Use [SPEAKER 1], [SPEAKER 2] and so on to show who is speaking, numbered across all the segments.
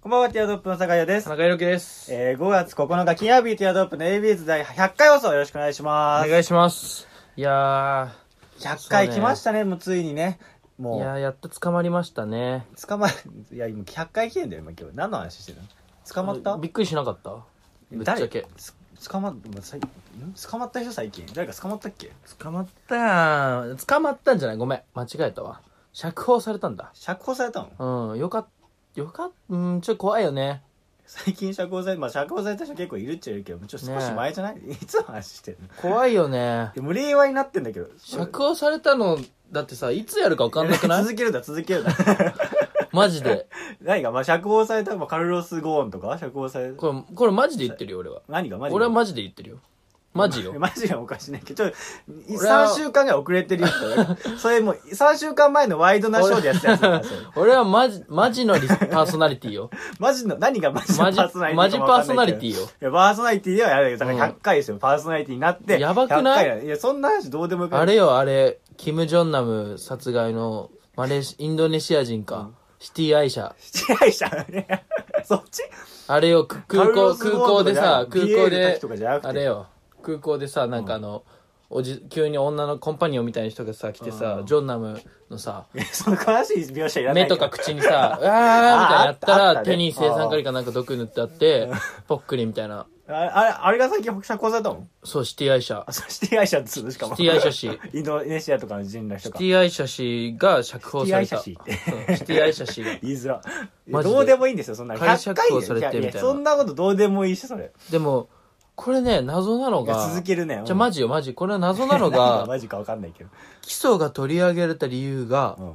[SPEAKER 1] こんばんは、ティアドロップの酒井で
[SPEAKER 2] 田
[SPEAKER 1] す。
[SPEAKER 2] 中裕樹です。
[SPEAKER 1] えー、5月9日金曜日、ティアドロップの ABS 第100回放送よろしくお願いしま
[SPEAKER 2] お
[SPEAKER 1] す。
[SPEAKER 2] 願いします。いや
[SPEAKER 1] 100回来ましたね、もうついにね。
[SPEAKER 2] ー、いや
[SPEAKER 1] も
[SPEAKER 2] ーやっと捕まりましたね。
[SPEAKER 1] う、捕まえ、いや、今100回来てんだよ、今今日。何の話してるの捕まった
[SPEAKER 2] びっくりしなかったぶっちゃ
[SPEAKER 1] 誰
[SPEAKER 2] け。
[SPEAKER 1] つ捕まっ、まさいん捕まった人最近誰か捕まったっけ
[SPEAKER 2] 捕まったやん。捕まったんじゃないごめん。間違えたわ。釈放されたんだ。
[SPEAKER 1] 釈放されたの
[SPEAKER 2] うん、よかった。よかった。うん、ちょっと怖いよね。
[SPEAKER 1] 最近釈放され、まあ釈放された人結構いるっちゃいるけど、ちょっと少し前じゃない、いつの話してるの
[SPEAKER 2] 怖い よね。
[SPEAKER 1] でも令和になってんだけど。
[SPEAKER 2] 釈放されたの、だってさ、いつやるかわかんなく ない
[SPEAKER 1] 続けるだ、続けるだ。
[SPEAKER 2] マジで。
[SPEAKER 1] 何が、まあ、釈放された、まあ、カルロス・ゴーンとか釈放された。
[SPEAKER 2] これ、これマジで言ってるよ、俺は。
[SPEAKER 1] 何がマジで
[SPEAKER 2] 俺はマジで言ってるよ。マジよ。
[SPEAKER 1] マジがおかしないけど、ちょ、い
[SPEAKER 2] 俺は
[SPEAKER 1] 3週間ぐらい遅れてるよ。 それもう、3週間前のワイドナショーでやってたやつだからそれ
[SPEAKER 2] 俺はマジ、マジのリスパーソナリティよ。
[SPEAKER 1] マジの、何がマジのパ
[SPEAKER 2] マジ
[SPEAKER 1] ーソナリティ
[SPEAKER 2] マジパーソナリティ
[SPEAKER 1] ィ
[SPEAKER 2] よ。
[SPEAKER 1] いや、パーソナリティではやるよ。だから100回ですよ、パーソナリティになって。
[SPEAKER 2] やばくない
[SPEAKER 1] 100回だいや、そんな話どうでもよくない。
[SPEAKER 2] あれよ、あれ、キム・ジョンナム殺害のマレーシインドネシア人か、シティアイ社。
[SPEAKER 1] 支配者ね。 そっち
[SPEAKER 2] あれよ、く空
[SPEAKER 1] カルロ
[SPEAKER 2] 港、
[SPEAKER 1] ス
[SPEAKER 2] 空港でさ、
[SPEAKER 1] ゴー
[SPEAKER 2] 空
[SPEAKER 1] ンとかじゃない BL の時とかじゃな
[SPEAKER 2] 港で
[SPEAKER 1] く、て
[SPEAKER 2] あれよ、空港でさ、なんかあの、おじ急に女のコンパニオンみたいな人がさ来てさ、ジョンナムのさ
[SPEAKER 1] いやその詳しい描写いらない
[SPEAKER 2] 目
[SPEAKER 1] ら
[SPEAKER 2] とか口に さ「うわー」みたいなやった
[SPEAKER 1] ああ
[SPEAKER 2] ら
[SPEAKER 1] ったね
[SPEAKER 2] 手に青酸カリかなんか毒塗ってあってぽっくりみたいな
[SPEAKER 1] ああれ、あれが最近釈放されたもん。
[SPEAKER 2] そうシティアイ社
[SPEAKER 1] あ、そう、シティアイシャツしかも。
[SPEAKER 2] シティアイ社氏
[SPEAKER 1] インドネシアとかの人の人
[SPEAKER 2] シ
[SPEAKER 1] か。
[SPEAKER 2] ティアイ社氏が釈放された
[SPEAKER 1] シティアイ社氏って
[SPEAKER 2] うんシティアイ社氏が
[SPEAKER 1] 言いづら。いや
[SPEAKER 2] マジで
[SPEAKER 1] どうでもいいんですよ、そんな。
[SPEAKER 2] 仮
[SPEAKER 1] 100
[SPEAKER 2] 釈
[SPEAKER 1] 回
[SPEAKER 2] 放されてみたいな
[SPEAKER 1] ややそんなことどうでもいいし、それ。
[SPEAKER 2] でも、これね、謎なの
[SPEAKER 1] いや
[SPEAKER 2] が、
[SPEAKER 1] 続けるね。
[SPEAKER 2] じゃあマ
[SPEAKER 1] ジ
[SPEAKER 2] ジよ、マジ。これは謎なのが、
[SPEAKER 1] マジかわか んないけど。
[SPEAKER 2] 起訴が取り上げられた理由が
[SPEAKER 1] うん。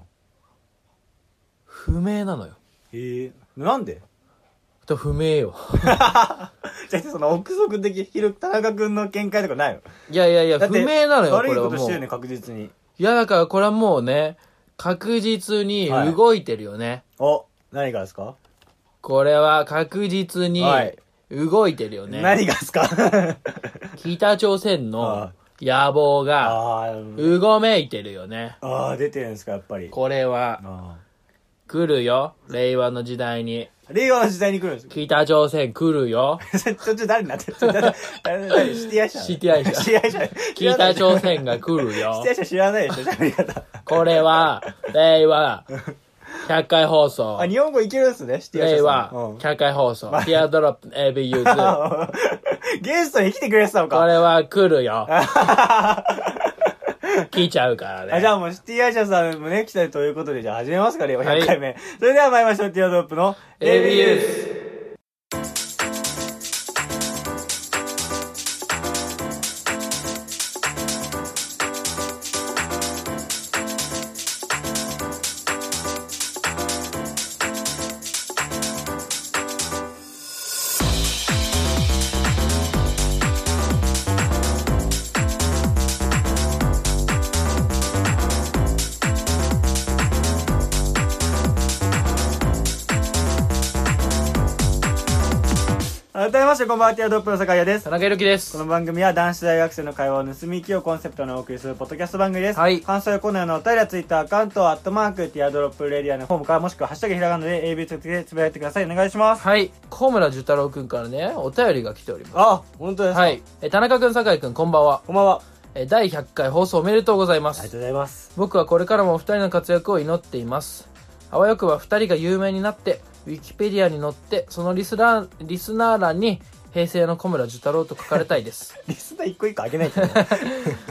[SPEAKER 2] 不明なのよ。
[SPEAKER 1] へえ。なんで
[SPEAKER 2] と不明よ。
[SPEAKER 1] じゃあ、その憶測的、ひろ、田中君の見解とかないの
[SPEAKER 2] いやいやいや、
[SPEAKER 1] だっ
[SPEAKER 2] 不
[SPEAKER 1] て
[SPEAKER 2] 明なのよ、こ
[SPEAKER 1] 悪い
[SPEAKER 2] れ
[SPEAKER 1] こ
[SPEAKER 2] は
[SPEAKER 1] と
[SPEAKER 2] も
[SPEAKER 1] してるよ
[SPEAKER 2] う。
[SPEAKER 1] ね、確実に。
[SPEAKER 2] いや、だからこれはもうね、確実に動いてるよね。
[SPEAKER 1] お、何がですか
[SPEAKER 2] これは確実に
[SPEAKER 1] はい
[SPEAKER 2] 動いてるよね。
[SPEAKER 1] 何がですか
[SPEAKER 2] 北朝鮮
[SPEAKER 1] は
[SPEAKER 2] の野望が
[SPEAKER 1] あー
[SPEAKER 2] うごめいてるよね。
[SPEAKER 1] あー、出てるんですか、やっぱり。
[SPEAKER 2] これは
[SPEAKER 1] あ
[SPEAKER 2] 来るよ、令和の時代に。
[SPEAKER 1] ー令和の時代に来るんです
[SPEAKER 2] 北朝鮮来るよ。
[SPEAKER 1] そ れ、そっち誰になってる誰誰誰シティアイシャ
[SPEAKER 2] シティアイシャ
[SPEAKER 1] シティアイシャ知らな
[SPEAKER 2] 北
[SPEAKER 1] い
[SPEAKER 2] 朝鮮が来る
[SPEAKER 1] シ
[SPEAKER 2] よ
[SPEAKER 1] ティア。イシャ知らないでしょ、喋り方。
[SPEAKER 2] これは、令和、100回放送
[SPEAKER 1] あ、。日本語いけるんすね、シティアイシャ
[SPEAKER 2] 令和、
[SPEAKER 1] さんうん
[SPEAKER 2] 100回放送。ティアドロップ ABU2。
[SPEAKER 1] あ ゲストに来てくれてたの
[SPEAKER 2] こ
[SPEAKER 1] か。
[SPEAKER 2] れは来るよ。
[SPEAKER 1] あ、
[SPEAKER 2] 来ちゃうから
[SPEAKER 1] じゃ
[SPEAKER 2] ね。
[SPEAKER 1] あもうシティアイシャさんもね、来たということで、じゃあ始めますか、令和
[SPEAKER 2] はい
[SPEAKER 1] 100回目。それでは参りましょう、ティアドロップの
[SPEAKER 2] ABU。
[SPEAKER 1] 改めまして、こんばんは、ティアドロップの酒谷です
[SPEAKER 2] 田。中裕樹です
[SPEAKER 1] こ。の番組は男子大学生の会話を盗み聞きをコンセプトにお送りするポッドキャスト番組です。
[SPEAKER 2] はい
[SPEAKER 1] 感想やコーナーのお便りはツイッターアカウント、アットマーク、ティアドロップレディアのホームから、もしくはハッシュタグひらがなで AB つけてつぶやいてください。お願いします。
[SPEAKER 2] はい。小村寿太郎くんからね、お便りが来ておりま。
[SPEAKER 1] あ、本当ですすか、
[SPEAKER 2] はい。え田中くん、酒井くん、こんばんは。
[SPEAKER 1] こんばんは。
[SPEAKER 2] え第100回放送おめでとうございま
[SPEAKER 1] ありが
[SPEAKER 2] す。
[SPEAKER 1] とうございます。
[SPEAKER 2] 僕はこれからもお二人の活躍を祈っていますあわよくば二人が有名になってウィキペディアに載ってそのリスラーリスナー欄に平成の小村寿太郎と書かれたいです
[SPEAKER 1] リスナー一個一個あげないとね。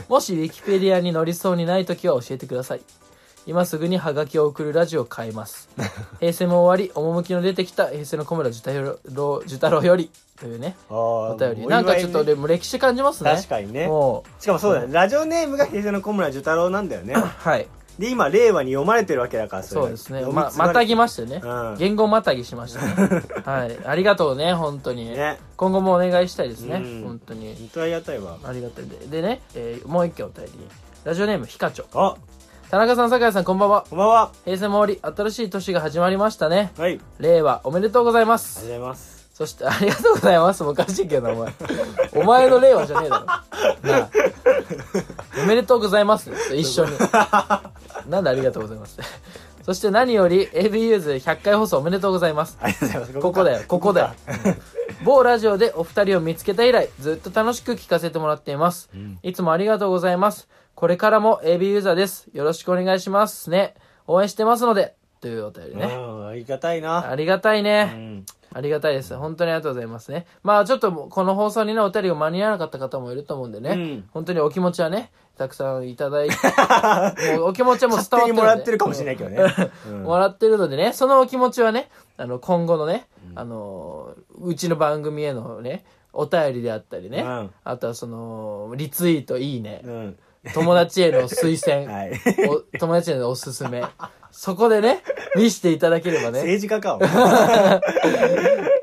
[SPEAKER 2] もしウィキペディアに載りそうにない時は教えてください今すぐにハガキを送るラジオを変えます平成も終わり趣の出てきた平成の小村寿太郎寿太郎よりというねお
[SPEAKER 1] お
[SPEAKER 2] 便りなんかちょっと
[SPEAKER 1] ね、
[SPEAKER 2] でも歴史感じますね
[SPEAKER 1] 確かにね。
[SPEAKER 2] も
[SPEAKER 1] しかもそうだね。ラジオネームが平成の小村寿太郎なんだよね
[SPEAKER 2] う。はい
[SPEAKER 1] で、今、令和に読まれてるわけだから、れ
[SPEAKER 2] そうですね。
[SPEAKER 1] 読み
[SPEAKER 2] ま、
[SPEAKER 1] 継がれ
[SPEAKER 2] またぎましたよね。
[SPEAKER 1] うん
[SPEAKER 2] 言語またぎしましたね。 はい。ありがとうね、本当に。
[SPEAKER 1] ね。
[SPEAKER 2] 今後もお願いしたいですね。
[SPEAKER 1] うん
[SPEAKER 2] 本当に。
[SPEAKER 1] 本当ありがたいわ。
[SPEAKER 2] ありがたいで。でね、えーもう一件お便り。ラジオネーム、ひかちょ。
[SPEAKER 1] あ、
[SPEAKER 2] 田中さん、酒井さん、こんばんは。
[SPEAKER 1] こんばんは。
[SPEAKER 2] 平成も終わり、新しい年が始まりましたね。
[SPEAKER 1] はい。ありがと
[SPEAKER 2] 令和、おめでとうございま
[SPEAKER 1] うご
[SPEAKER 2] す。
[SPEAKER 1] ざいます。
[SPEAKER 2] そして、ありがとうございます。もおかしいけど、お前。お前の令和じゃねえだろ。なあおめでとうございます。一緒に。なんでありがとうございます。そして何より ABUS100 回放送おめでとうございます
[SPEAKER 1] ありがとうございます
[SPEAKER 2] ここだよここだよ
[SPEAKER 1] か
[SPEAKER 2] 某ラジオでお二人を見つけた以来ずっと楽しく聞かせてもらっています、いつもありがとうございますこれからも AB ユーザーですよろしくお願いしますね応援してますのでというお便り
[SPEAKER 1] う
[SPEAKER 2] ね
[SPEAKER 1] んありがたいな
[SPEAKER 2] ありがたいうね、
[SPEAKER 1] ん
[SPEAKER 2] ありがたいです本当にありがとうございますねまあちょっともうこの放送にねお便りが間に合わなかった方もいると思うんでね、
[SPEAKER 1] うん
[SPEAKER 2] 本当にお気持ちはねたくさんいた だいてもうお気持ちはもう
[SPEAKER 1] 勝
[SPEAKER 2] 伝わ
[SPEAKER 1] 手
[SPEAKER 2] って
[SPEAKER 1] に
[SPEAKER 2] るんで
[SPEAKER 1] もらってるかもしれないけどねうん
[SPEAKER 2] もらってるのでね、そのお気持ちはね、あの、今後のね、あの、うちの番組へのね、お便りであったりね、
[SPEAKER 1] うん
[SPEAKER 2] あとはその、リツイート、いいね、
[SPEAKER 1] うん
[SPEAKER 2] 友達への推 薦、
[SPEAKER 1] はい
[SPEAKER 2] お友達へのおすすめ、そこでね、見せていただ ければね、
[SPEAKER 1] 政治家かお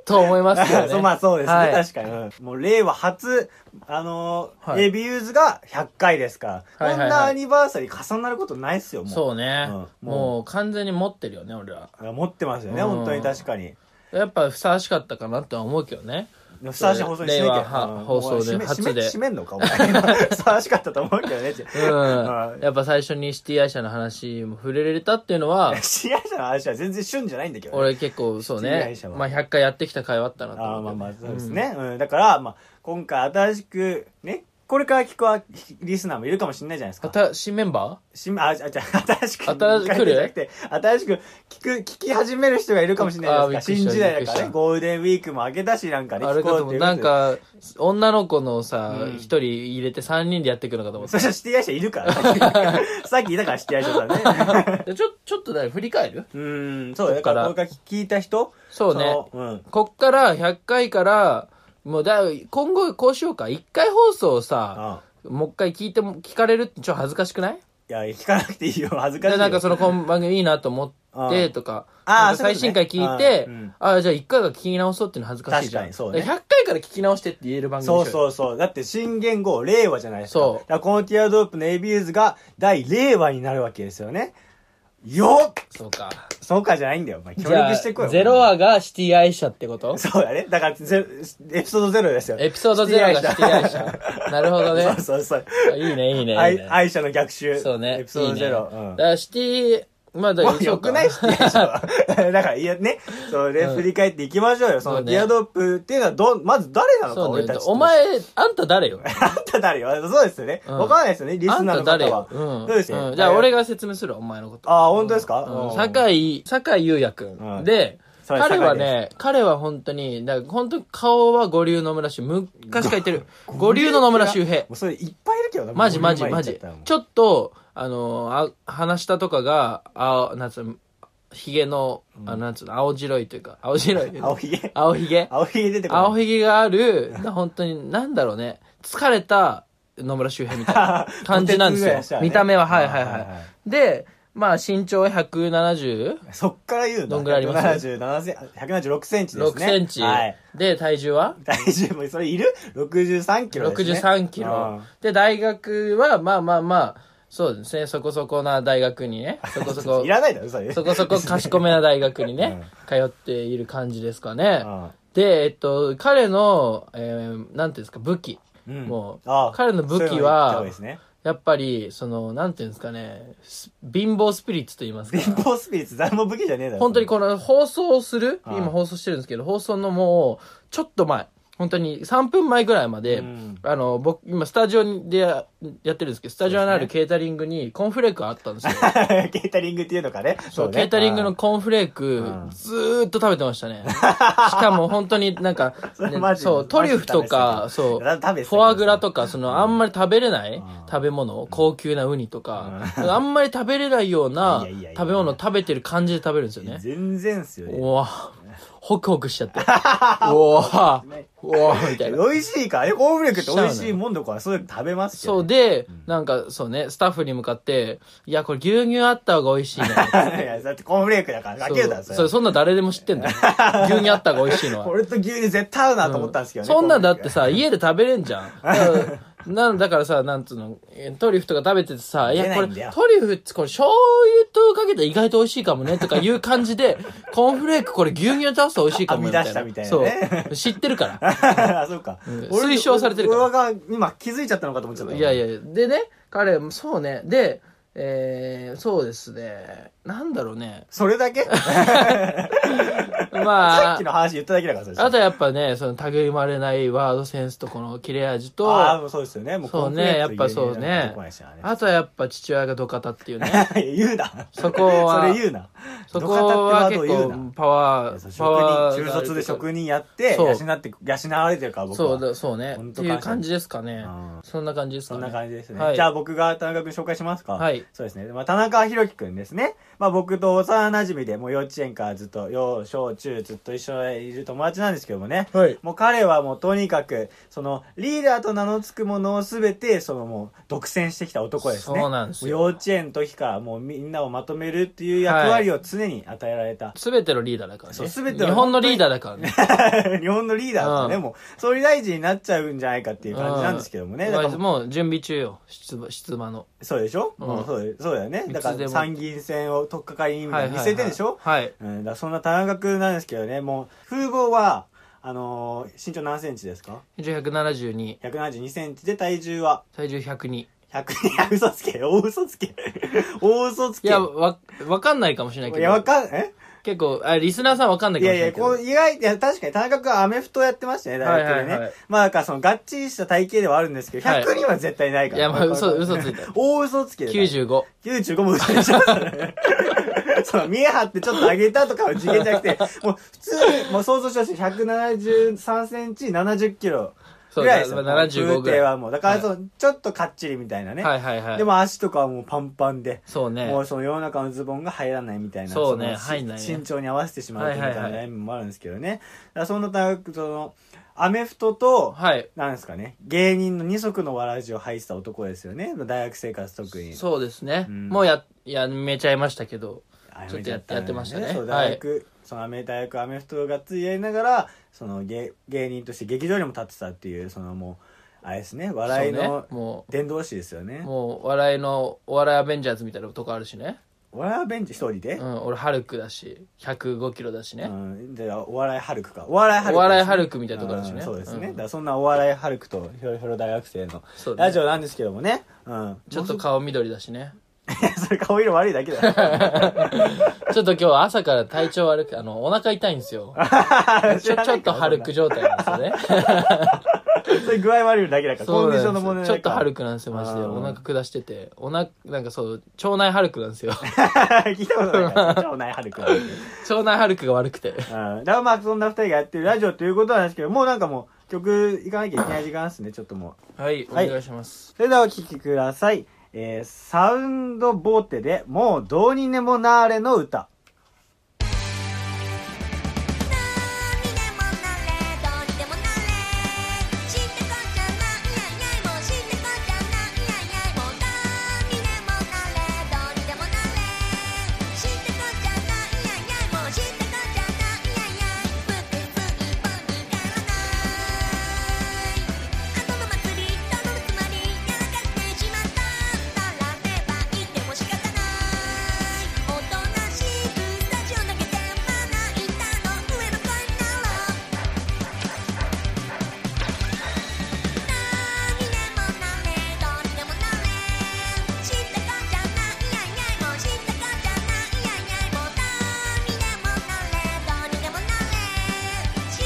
[SPEAKER 2] と思いますけどね。
[SPEAKER 1] そうまあそうですね、
[SPEAKER 2] はい
[SPEAKER 1] 確かに、うんもう令和初あのー
[SPEAKER 2] はい
[SPEAKER 1] a ビユーズが100回ですから、
[SPEAKER 2] はいはいはい
[SPEAKER 1] こんなアニバーサリー重なることないっすよもう
[SPEAKER 2] そうね、
[SPEAKER 1] うん
[SPEAKER 2] もう完全に持ってるよね、俺は。
[SPEAKER 1] いや持ってますよね、
[SPEAKER 2] うん
[SPEAKER 1] 本当に確かに
[SPEAKER 2] やっぱふさわしかったかなって思うけどね。
[SPEAKER 1] ふさわしい放送にしなきゃ
[SPEAKER 2] 令和は
[SPEAKER 1] うん
[SPEAKER 2] 放送で
[SPEAKER 1] お前締め
[SPEAKER 2] 初で
[SPEAKER 1] 締め締めんのかお前ふさわしかったと思うけどねって
[SPEAKER 2] うん。
[SPEAKER 1] はい
[SPEAKER 2] やっぱ最初にシティアイシャの話も触れられたっていう のは、
[SPEAKER 1] 支援者の話は全然旬じゃないんだけどね、
[SPEAKER 2] 俺結構そう
[SPEAKER 1] 知り合い
[SPEAKER 2] ね
[SPEAKER 1] 者、は
[SPEAKER 2] まあ、100回やってきた回はあったなと
[SPEAKER 1] ああま
[SPEAKER 2] 思
[SPEAKER 1] あ
[SPEAKER 2] って
[SPEAKER 1] まあそうですね、うんだから、まあ、今回新しくねこれから聞くはリスナーもいるかもしれないじゃないですか
[SPEAKER 2] 新しいメンバ
[SPEAKER 1] しあ、あ、じゃあ新しく。
[SPEAKER 2] 新しく来る
[SPEAKER 1] じゃなくて、新しく聞く、聞き始める人がいるかもしれないですから、
[SPEAKER 2] あーびっくりし
[SPEAKER 1] 新
[SPEAKER 2] た
[SPEAKER 1] 時代だか
[SPEAKER 2] びっくり
[SPEAKER 1] ら
[SPEAKER 2] した
[SPEAKER 1] ね、ゴールデンウィークも明けたし、なんかね、
[SPEAKER 2] ーあれかと思
[SPEAKER 1] う
[SPEAKER 2] うなん、か女の子のさ
[SPEAKER 1] うん
[SPEAKER 2] 一、人入れて3人でやっていくのかと思っ
[SPEAKER 1] そ
[SPEAKER 2] て
[SPEAKER 1] したらシティアイシャいるから、 ね、さっきいたからシティアイシャさんね。
[SPEAKER 2] でちょちょっとだ振り返る
[SPEAKER 1] うーん、そうだよだから、こ
[SPEAKER 2] こ
[SPEAKER 1] れから聞いた人
[SPEAKER 2] そうね
[SPEAKER 1] そのうん。
[SPEAKER 2] こっから100回からもうだ今後こうしようか1回放送をさ
[SPEAKER 1] あ
[SPEAKER 2] もう一回聞いても聞かれるってちょっと恥ずかしくない
[SPEAKER 1] いや、聞かなくていいよ、恥ずかし
[SPEAKER 2] で
[SPEAKER 1] い。
[SPEAKER 2] なんかそのこの番組いいなと思ってとか
[SPEAKER 1] あー
[SPEAKER 2] なんか
[SPEAKER 1] そういう
[SPEAKER 2] 最
[SPEAKER 1] ことね
[SPEAKER 2] 新回聞いて
[SPEAKER 1] あーうん
[SPEAKER 2] あ,、じゃあ1回が聞き直そうっていうの恥ずかしいじゃん
[SPEAKER 1] 確かにそうね
[SPEAKER 2] だから100回から聞き直してって言える番組
[SPEAKER 1] そう
[SPEAKER 2] にしよ
[SPEAKER 1] そうそう。だって新元号、令和じゃないですか。
[SPEAKER 2] そう
[SPEAKER 1] だからこのティアドロップの a b ユーズが第令和になるわけですよね。よっ
[SPEAKER 2] うそうか
[SPEAKER 1] そうかじゃないんだよ、お前。協
[SPEAKER 2] じ
[SPEAKER 1] 力
[SPEAKER 2] ゃあ
[SPEAKER 1] してこいよ。
[SPEAKER 2] ゼロ話がシティアイシャってこと
[SPEAKER 1] そうだね。だからゼ、エピソードゼロですよ。
[SPEAKER 2] エピソードゼロがシティアイシャ。なるほどね。
[SPEAKER 1] そうそうそう。
[SPEAKER 2] いいね、いいね。
[SPEAKER 1] 愛
[SPEAKER 2] いいね
[SPEAKER 1] 愛車の逆襲。
[SPEAKER 2] そうね。
[SPEAKER 1] エピソードゼロ。
[SPEAKER 2] いいね
[SPEAKER 1] うん
[SPEAKER 2] だからシティ、まあ、だ
[SPEAKER 1] もうよくない
[SPEAKER 2] そ
[SPEAKER 1] シティアイシャはだから、いやね、それ振り返っていきましょうよ。そ
[SPEAKER 2] そう
[SPEAKER 1] の
[SPEAKER 2] ね
[SPEAKER 1] ディアドップっていうのはど、まず誰なの
[SPEAKER 2] う
[SPEAKER 1] か、
[SPEAKER 2] そう
[SPEAKER 1] 俺
[SPEAKER 2] ね
[SPEAKER 1] たち。。
[SPEAKER 2] お。前、あんた誰 よ。
[SPEAKER 1] あんた誰よそうですよね。
[SPEAKER 2] うん
[SPEAKER 1] わからないですよ ね、リ
[SPEAKER 2] あ
[SPEAKER 1] ス
[SPEAKER 2] ん
[SPEAKER 1] ナー
[SPEAKER 2] た
[SPEAKER 1] の方
[SPEAKER 2] 誰よ
[SPEAKER 1] は。。
[SPEAKER 2] うん。
[SPEAKER 1] そうですよ
[SPEAKER 2] んじゃあ、俺
[SPEAKER 1] が。
[SPEAKER 2] が説明するわお前のこと。
[SPEAKER 1] ああ、本当ですか
[SPEAKER 2] うん
[SPEAKER 1] 井。
[SPEAKER 2] 酒井、酒井優也く。
[SPEAKER 1] うんん
[SPEAKER 2] で、
[SPEAKER 1] そう
[SPEAKER 2] 彼はね、彼は本当に、だから本当に顔は五流野村周平。昔から言っ てる。五流の野村周平
[SPEAKER 1] も。うそれいっぱいいるけどな。
[SPEAKER 2] マジ
[SPEAKER 1] もう
[SPEAKER 2] マ
[SPEAKER 1] 目
[SPEAKER 2] ジ
[SPEAKER 1] の前
[SPEAKER 2] マ
[SPEAKER 1] に行っ
[SPEAKER 2] ジ
[SPEAKER 1] ちゃったもん。
[SPEAKER 2] ちょっと、あのーあ、話したとかが、あ、なんつうの、ひげの、あなんつうの、青白いというか、青白い。
[SPEAKER 1] 青ひげ。
[SPEAKER 2] 青ひげ
[SPEAKER 1] 青ひげ出てこない。
[SPEAKER 2] 青ひげがある、な本当に、なんだろうね、疲れた野村周平みたい な感じなんです
[SPEAKER 1] とてつもない人
[SPEAKER 2] よ。
[SPEAKER 1] はね
[SPEAKER 2] 見た目は、はいはい
[SPEAKER 1] はいはい
[SPEAKER 2] は。
[SPEAKER 1] はい
[SPEAKER 2] で、まあ身長 170?6
[SPEAKER 1] そっから言うの
[SPEAKER 2] どんぐらいあります
[SPEAKER 1] 177セン176センチですね。
[SPEAKER 2] センチ。
[SPEAKER 1] はい。
[SPEAKER 2] で、体重は
[SPEAKER 1] 体重も、それいる ?63 キロです、ね。
[SPEAKER 2] 63キロ。で、大学は、まあまあまあ、そうですね、そこそこな大学にね、そこそ
[SPEAKER 1] うん。
[SPEAKER 2] こ
[SPEAKER 1] いらないだろ、それ。
[SPEAKER 2] そこそこ賢めな大学にね、通っている感じですかね。
[SPEAKER 1] う
[SPEAKER 2] で、えっと、彼の、えーなんていうんですか、武器。
[SPEAKER 1] ん。うん
[SPEAKER 2] もう
[SPEAKER 1] ああ
[SPEAKER 2] 彼の武
[SPEAKER 1] そう
[SPEAKER 2] 器は
[SPEAKER 1] いうの言った方がいいですね
[SPEAKER 2] やっぱり、その、なんていうんですかね、す貧乏スピリッツと言います か
[SPEAKER 1] 貧。乏スピリッツ、誰も武器じゃねえだろ。
[SPEAKER 2] 本当にこの放送をする、
[SPEAKER 1] はい
[SPEAKER 2] 今放送してるんですけど、放送のもう、ちょっと前、本当に3分前ぐらいまで、
[SPEAKER 1] うん
[SPEAKER 2] あの、僕、今スタジオでややってるんですけど、スタジオにあるケータリングにコーンフレークがあったんです よ。
[SPEAKER 1] ケータリングっていうのかね。
[SPEAKER 2] そう、
[SPEAKER 1] ね
[SPEAKER 2] ケータリングの
[SPEAKER 1] あ
[SPEAKER 2] コーンフレーク
[SPEAKER 1] う、ん
[SPEAKER 2] ずーっと食べてまし たね。しかも本当になんか、
[SPEAKER 1] それ
[SPEAKER 2] ね
[SPEAKER 1] マジ
[SPEAKER 2] そう、トリュフと
[SPEAKER 1] マ
[SPEAKER 2] か、
[SPEAKER 1] ジ
[SPEAKER 2] そ
[SPEAKER 1] 食
[SPEAKER 2] う、
[SPEAKER 1] べ過ぎた
[SPEAKER 2] フォアグラとか、その、あんまり食べれない
[SPEAKER 1] ん
[SPEAKER 2] 食べ物、高級なウニとか、あんまり食べれないような
[SPEAKER 1] や い
[SPEAKER 2] い
[SPEAKER 1] やいやいや
[SPEAKER 2] 食べ物を食べてる感じで食べるんですよ
[SPEAKER 1] あ
[SPEAKER 2] ね。
[SPEAKER 1] 全然っすよね。
[SPEAKER 2] うわホクホク しちゃって。うわうわみたいな。
[SPEAKER 1] 美味しいからね、コーンフレークって美味
[SPEAKER 2] しちゃうの
[SPEAKER 1] しい
[SPEAKER 2] よ
[SPEAKER 1] もんとか、それ食べますけ
[SPEAKER 2] そ
[SPEAKER 1] ど
[SPEAKER 2] う
[SPEAKER 1] ね。
[SPEAKER 2] で、なんかそうね、スタッフに向かって、いや、これ牛乳あった方が美味しい ね。
[SPEAKER 1] いや、だってコーンフレークだから、かけるだろ、
[SPEAKER 2] そうそれそんな誰でも知ってんだ よ。牛乳あった方が美味しいのは
[SPEAKER 1] こ。れと牛乳絶対合うなと思ったんですけどね。
[SPEAKER 2] そんなんだっ
[SPEAKER 1] コーンフレー
[SPEAKER 2] て
[SPEAKER 1] ク
[SPEAKER 2] さ、家で食べれん じゃん。だからなんだからさ、なんつうの、えトリュフとか食べててさ、いや、こ
[SPEAKER 1] 出な
[SPEAKER 2] れ、ト
[SPEAKER 1] いんだよ
[SPEAKER 2] リュフ、これ醤油とかけたら意外と美味しいかもね、とかいう感じで、コーンフレークこれ牛乳と合わせたら美味しいかもね。
[SPEAKER 1] 編み出したみたいなね
[SPEAKER 2] そう。知ってるから。
[SPEAKER 1] あ そうか。
[SPEAKER 2] 推奨されてるから
[SPEAKER 1] 俺が今気づいちゃったのかと思っちゃった。
[SPEAKER 2] いやいや、でね、彼、そうね、で、えー、そうですね、なんだろ うね。
[SPEAKER 1] それだけさっ
[SPEAKER 2] まあ
[SPEAKER 1] き、の話言っただけだから、最初
[SPEAKER 2] あとやっぱね、その類いまれないワードセンスとこの切れ味と、
[SPEAKER 1] ああ、
[SPEAKER 2] あ
[SPEAKER 1] もうそうですよね。もう
[SPEAKER 2] そうねやっぱそうねとはやっぱ父親が土方っていうね。
[SPEAKER 1] と、言うな。
[SPEAKER 2] そこは
[SPEAKER 1] それ言うな。
[SPEAKER 2] そこは
[SPEAKER 1] ど
[SPEAKER 2] 結
[SPEAKER 1] かたってワードを言う
[SPEAKER 2] 構
[SPEAKER 1] な。
[SPEAKER 2] パワー、パワ
[SPEAKER 1] 職
[SPEAKER 2] ー
[SPEAKER 1] 人、中
[SPEAKER 2] がある
[SPEAKER 1] 卒で職人やって、
[SPEAKER 2] そう
[SPEAKER 1] 養って、養われてるから、僕
[SPEAKER 2] そ
[SPEAKER 1] は。
[SPEAKER 2] うだ、そうね。
[SPEAKER 1] 本
[SPEAKER 2] っ
[SPEAKER 1] 当感
[SPEAKER 2] て
[SPEAKER 1] 謝
[SPEAKER 2] いう感じですかね
[SPEAKER 1] うん。
[SPEAKER 2] そんな感じですか
[SPEAKER 1] そ
[SPEAKER 2] ね。
[SPEAKER 1] んな感じですね。
[SPEAKER 2] はい
[SPEAKER 1] じゃあ僕が田中君紹介しますか。
[SPEAKER 2] はい
[SPEAKER 1] そうですね。まあ、田中宏樹君ですね。まあ僕と幼馴染で、もう幼稚園からずっと、幼小中ずっと一緒にいる友達なんですけどもね。
[SPEAKER 2] はい
[SPEAKER 1] もう彼はもうとにかく、その、リーダーと名の付くものをすべて、そのもう、独占してきた男ですね。
[SPEAKER 2] そうなんですよ
[SPEAKER 1] もう幼稚園の時からもうみんなをまとめるっていう役割を常に与えられた。
[SPEAKER 2] すべてのリーダーだから
[SPEAKER 1] そう
[SPEAKER 2] ね。
[SPEAKER 1] 全ての
[SPEAKER 2] 日本のリーダーだからね。
[SPEAKER 1] 日本のリーダーとかね、
[SPEAKER 2] うん
[SPEAKER 1] もう、総理大臣になっちゃうんじゃないかっていう感じなんですけどもね。だからもう
[SPEAKER 2] もう準備中よ、出馬、出馬の。
[SPEAKER 1] そうでしょ、
[SPEAKER 2] うん
[SPEAKER 1] もうそうそうだよね。だか
[SPEAKER 2] いつで
[SPEAKER 1] ら
[SPEAKER 2] も
[SPEAKER 1] 参議院選を取っかかりに
[SPEAKER 2] はいはい
[SPEAKER 1] 見
[SPEAKER 2] はい
[SPEAKER 1] せてんでしょ、
[SPEAKER 2] はい。
[SPEAKER 1] うん、だからそんな田中君なんですけどね、もう風貌は、あのー身長何センチですか
[SPEAKER 2] 身長172、
[SPEAKER 1] ?172 センチで体重は
[SPEAKER 2] 体重102。
[SPEAKER 1] 100、いや 嘘つけ、大嘘つけ、大嘘つ
[SPEAKER 2] い
[SPEAKER 1] け。
[SPEAKER 2] や、わ、わかんないかもしれない
[SPEAKER 1] い
[SPEAKER 2] け
[SPEAKER 1] や、わ
[SPEAKER 2] ど。
[SPEAKER 1] かん、え
[SPEAKER 2] 結構、あ、リスナーさんわかんない
[SPEAKER 1] い
[SPEAKER 2] かも
[SPEAKER 1] や
[SPEAKER 2] し
[SPEAKER 1] いや、
[SPEAKER 2] れないけ
[SPEAKER 1] こ
[SPEAKER 2] ど
[SPEAKER 1] う、。意外、いや、確かに田中君はアメフトやってましたね、大学でね。
[SPEAKER 2] はいはいはい
[SPEAKER 1] まあ、だからその、がっちりした体型ではあるんですけど、
[SPEAKER 2] はい
[SPEAKER 1] 100人は絶対ないから。
[SPEAKER 2] いやまあ嘘嘘ついた。
[SPEAKER 1] 大嘘つきで。
[SPEAKER 2] 95。
[SPEAKER 1] 95も嘘でしょ。 それそう、見え張ってちょっと上げたとかは次元じゃなくて、もう普通に、もう想像してほしい。173センチ、70キロ
[SPEAKER 2] そ
[SPEAKER 1] ぐ
[SPEAKER 2] う、
[SPEAKER 1] らいですよ。
[SPEAKER 2] だ75ぐ
[SPEAKER 1] 風景
[SPEAKER 2] らい。
[SPEAKER 1] はもう、だからその、ちょっとかっちりみたいなね。
[SPEAKER 2] はいはいはい。
[SPEAKER 1] でも足とかはもうパンパンで。
[SPEAKER 2] そうね。
[SPEAKER 1] もうその世の中のズボンが入らないみたいな
[SPEAKER 2] そうね
[SPEAKER 1] の
[SPEAKER 2] 入んないね
[SPEAKER 1] 身長に合わせてしまうみたい
[SPEAKER 2] は
[SPEAKER 1] ない
[SPEAKER 2] はいは
[SPEAKER 1] 悩みもあるんですけどね、だからそんな高くそのアメフトと、
[SPEAKER 2] はい。
[SPEAKER 1] なんですかね芸人の二足のわらじを履いてた男ですよね大学生活特に
[SPEAKER 2] そうですね。
[SPEAKER 1] うん
[SPEAKER 2] もうや、やめちゃいましたけど。
[SPEAKER 1] あ
[SPEAKER 2] ちょっとやっ
[SPEAKER 1] んだ
[SPEAKER 2] やってましたね
[SPEAKER 1] そう
[SPEAKER 2] はい
[SPEAKER 1] 大学、そのアメ大学アメフトをがっつりやりながらその芸芸人として劇場にも立ってたっていうそのもうあれですね笑い
[SPEAKER 2] そう
[SPEAKER 1] の
[SPEAKER 2] ね。も
[SPEAKER 1] 伝道師ですよね
[SPEAKER 2] う、もう、笑いの、お笑いアベンジャーズみたいなとこあるしね。
[SPEAKER 1] 笑いベンチ一人で
[SPEAKER 2] う、ん、俺、ハルクだし、105キロだしね。
[SPEAKER 1] うん、じゃあお笑いハルクかお笑いハルクですね
[SPEAKER 2] お笑いハルクみたいなとこだしね
[SPEAKER 1] うんそうですね、
[SPEAKER 2] うん
[SPEAKER 1] だからそんなお笑いハルクとひょろひょろ大学生の
[SPEAKER 2] そうね
[SPEAKER 1] ラジオなんですけどもねうん
[SPEAKER 2] ちょっと顔緑だしね。
[SPEAKER 1] い やそれ顔色悪いだけだよ
[SPEAKER 2] ちょっと今日朝から体調悪く、あの、お腹痛いんですよ。 ちょ、ちょっとハルク状態なんですよね。
[SPEAKER 1] それ具合悪いだけだからコ
[SPEAKER 2] そう
[SPEAKER 1] ン
[SPEAKER 2] なん
[SPEAKER 1] ディ
[SPEAKER 2] です
[SPEAKER 1] ションの問題だ
[SPEAKER 2] ち
[SPEAKER 1] か
[SPEAKER 2] ょっとハル
[SPEAKER 1] ク
[SPEAKER 2] クなんですよ、マジで。
[SPEAKER 1] あー
[SPEAKER 2] お腹下してて。おな、なんかそう、腸内ハルクなん ですよ。
[SPEAKER 1] 聞いたことないから腸内ハルクなんて
[SPEAKER 2] 腸内ハルクが悪くて。
[SPEAKER 1] うん、だからまあそんな二人がやってるラジオということなんですけどもうなんかもう曲いかなきゃいけない時間ですねちょっともう
[SPEAKER 2] はい、お
[SPEAKER 1] はい
[SPEAKER 2] 願いします。
[SPEAKER 1] それではお聴きください、えーサウンドボーテでもうどうにでもなーれの歌
[SPEAKER 3] 「どうにでもなれどうにでもなれ」「知ってこじゃないやいやいもう知ってこじゃないやいやいもうどうにでもなれどうにでもなれ」「知ってこじゃないやいやいもう知ってこじゃないやいやい」「ブクブイボにならない」「あとの祭りどのつまりやらかしてしまった」「並べばいても仕方ない」「おとなしくスタジオ投げてまな板の上の声になろう」「どうにでもなれどうにでもなれ」「知ったこじゃないやいやいもう知ったこじゃないやいやいもうどうにでもなれ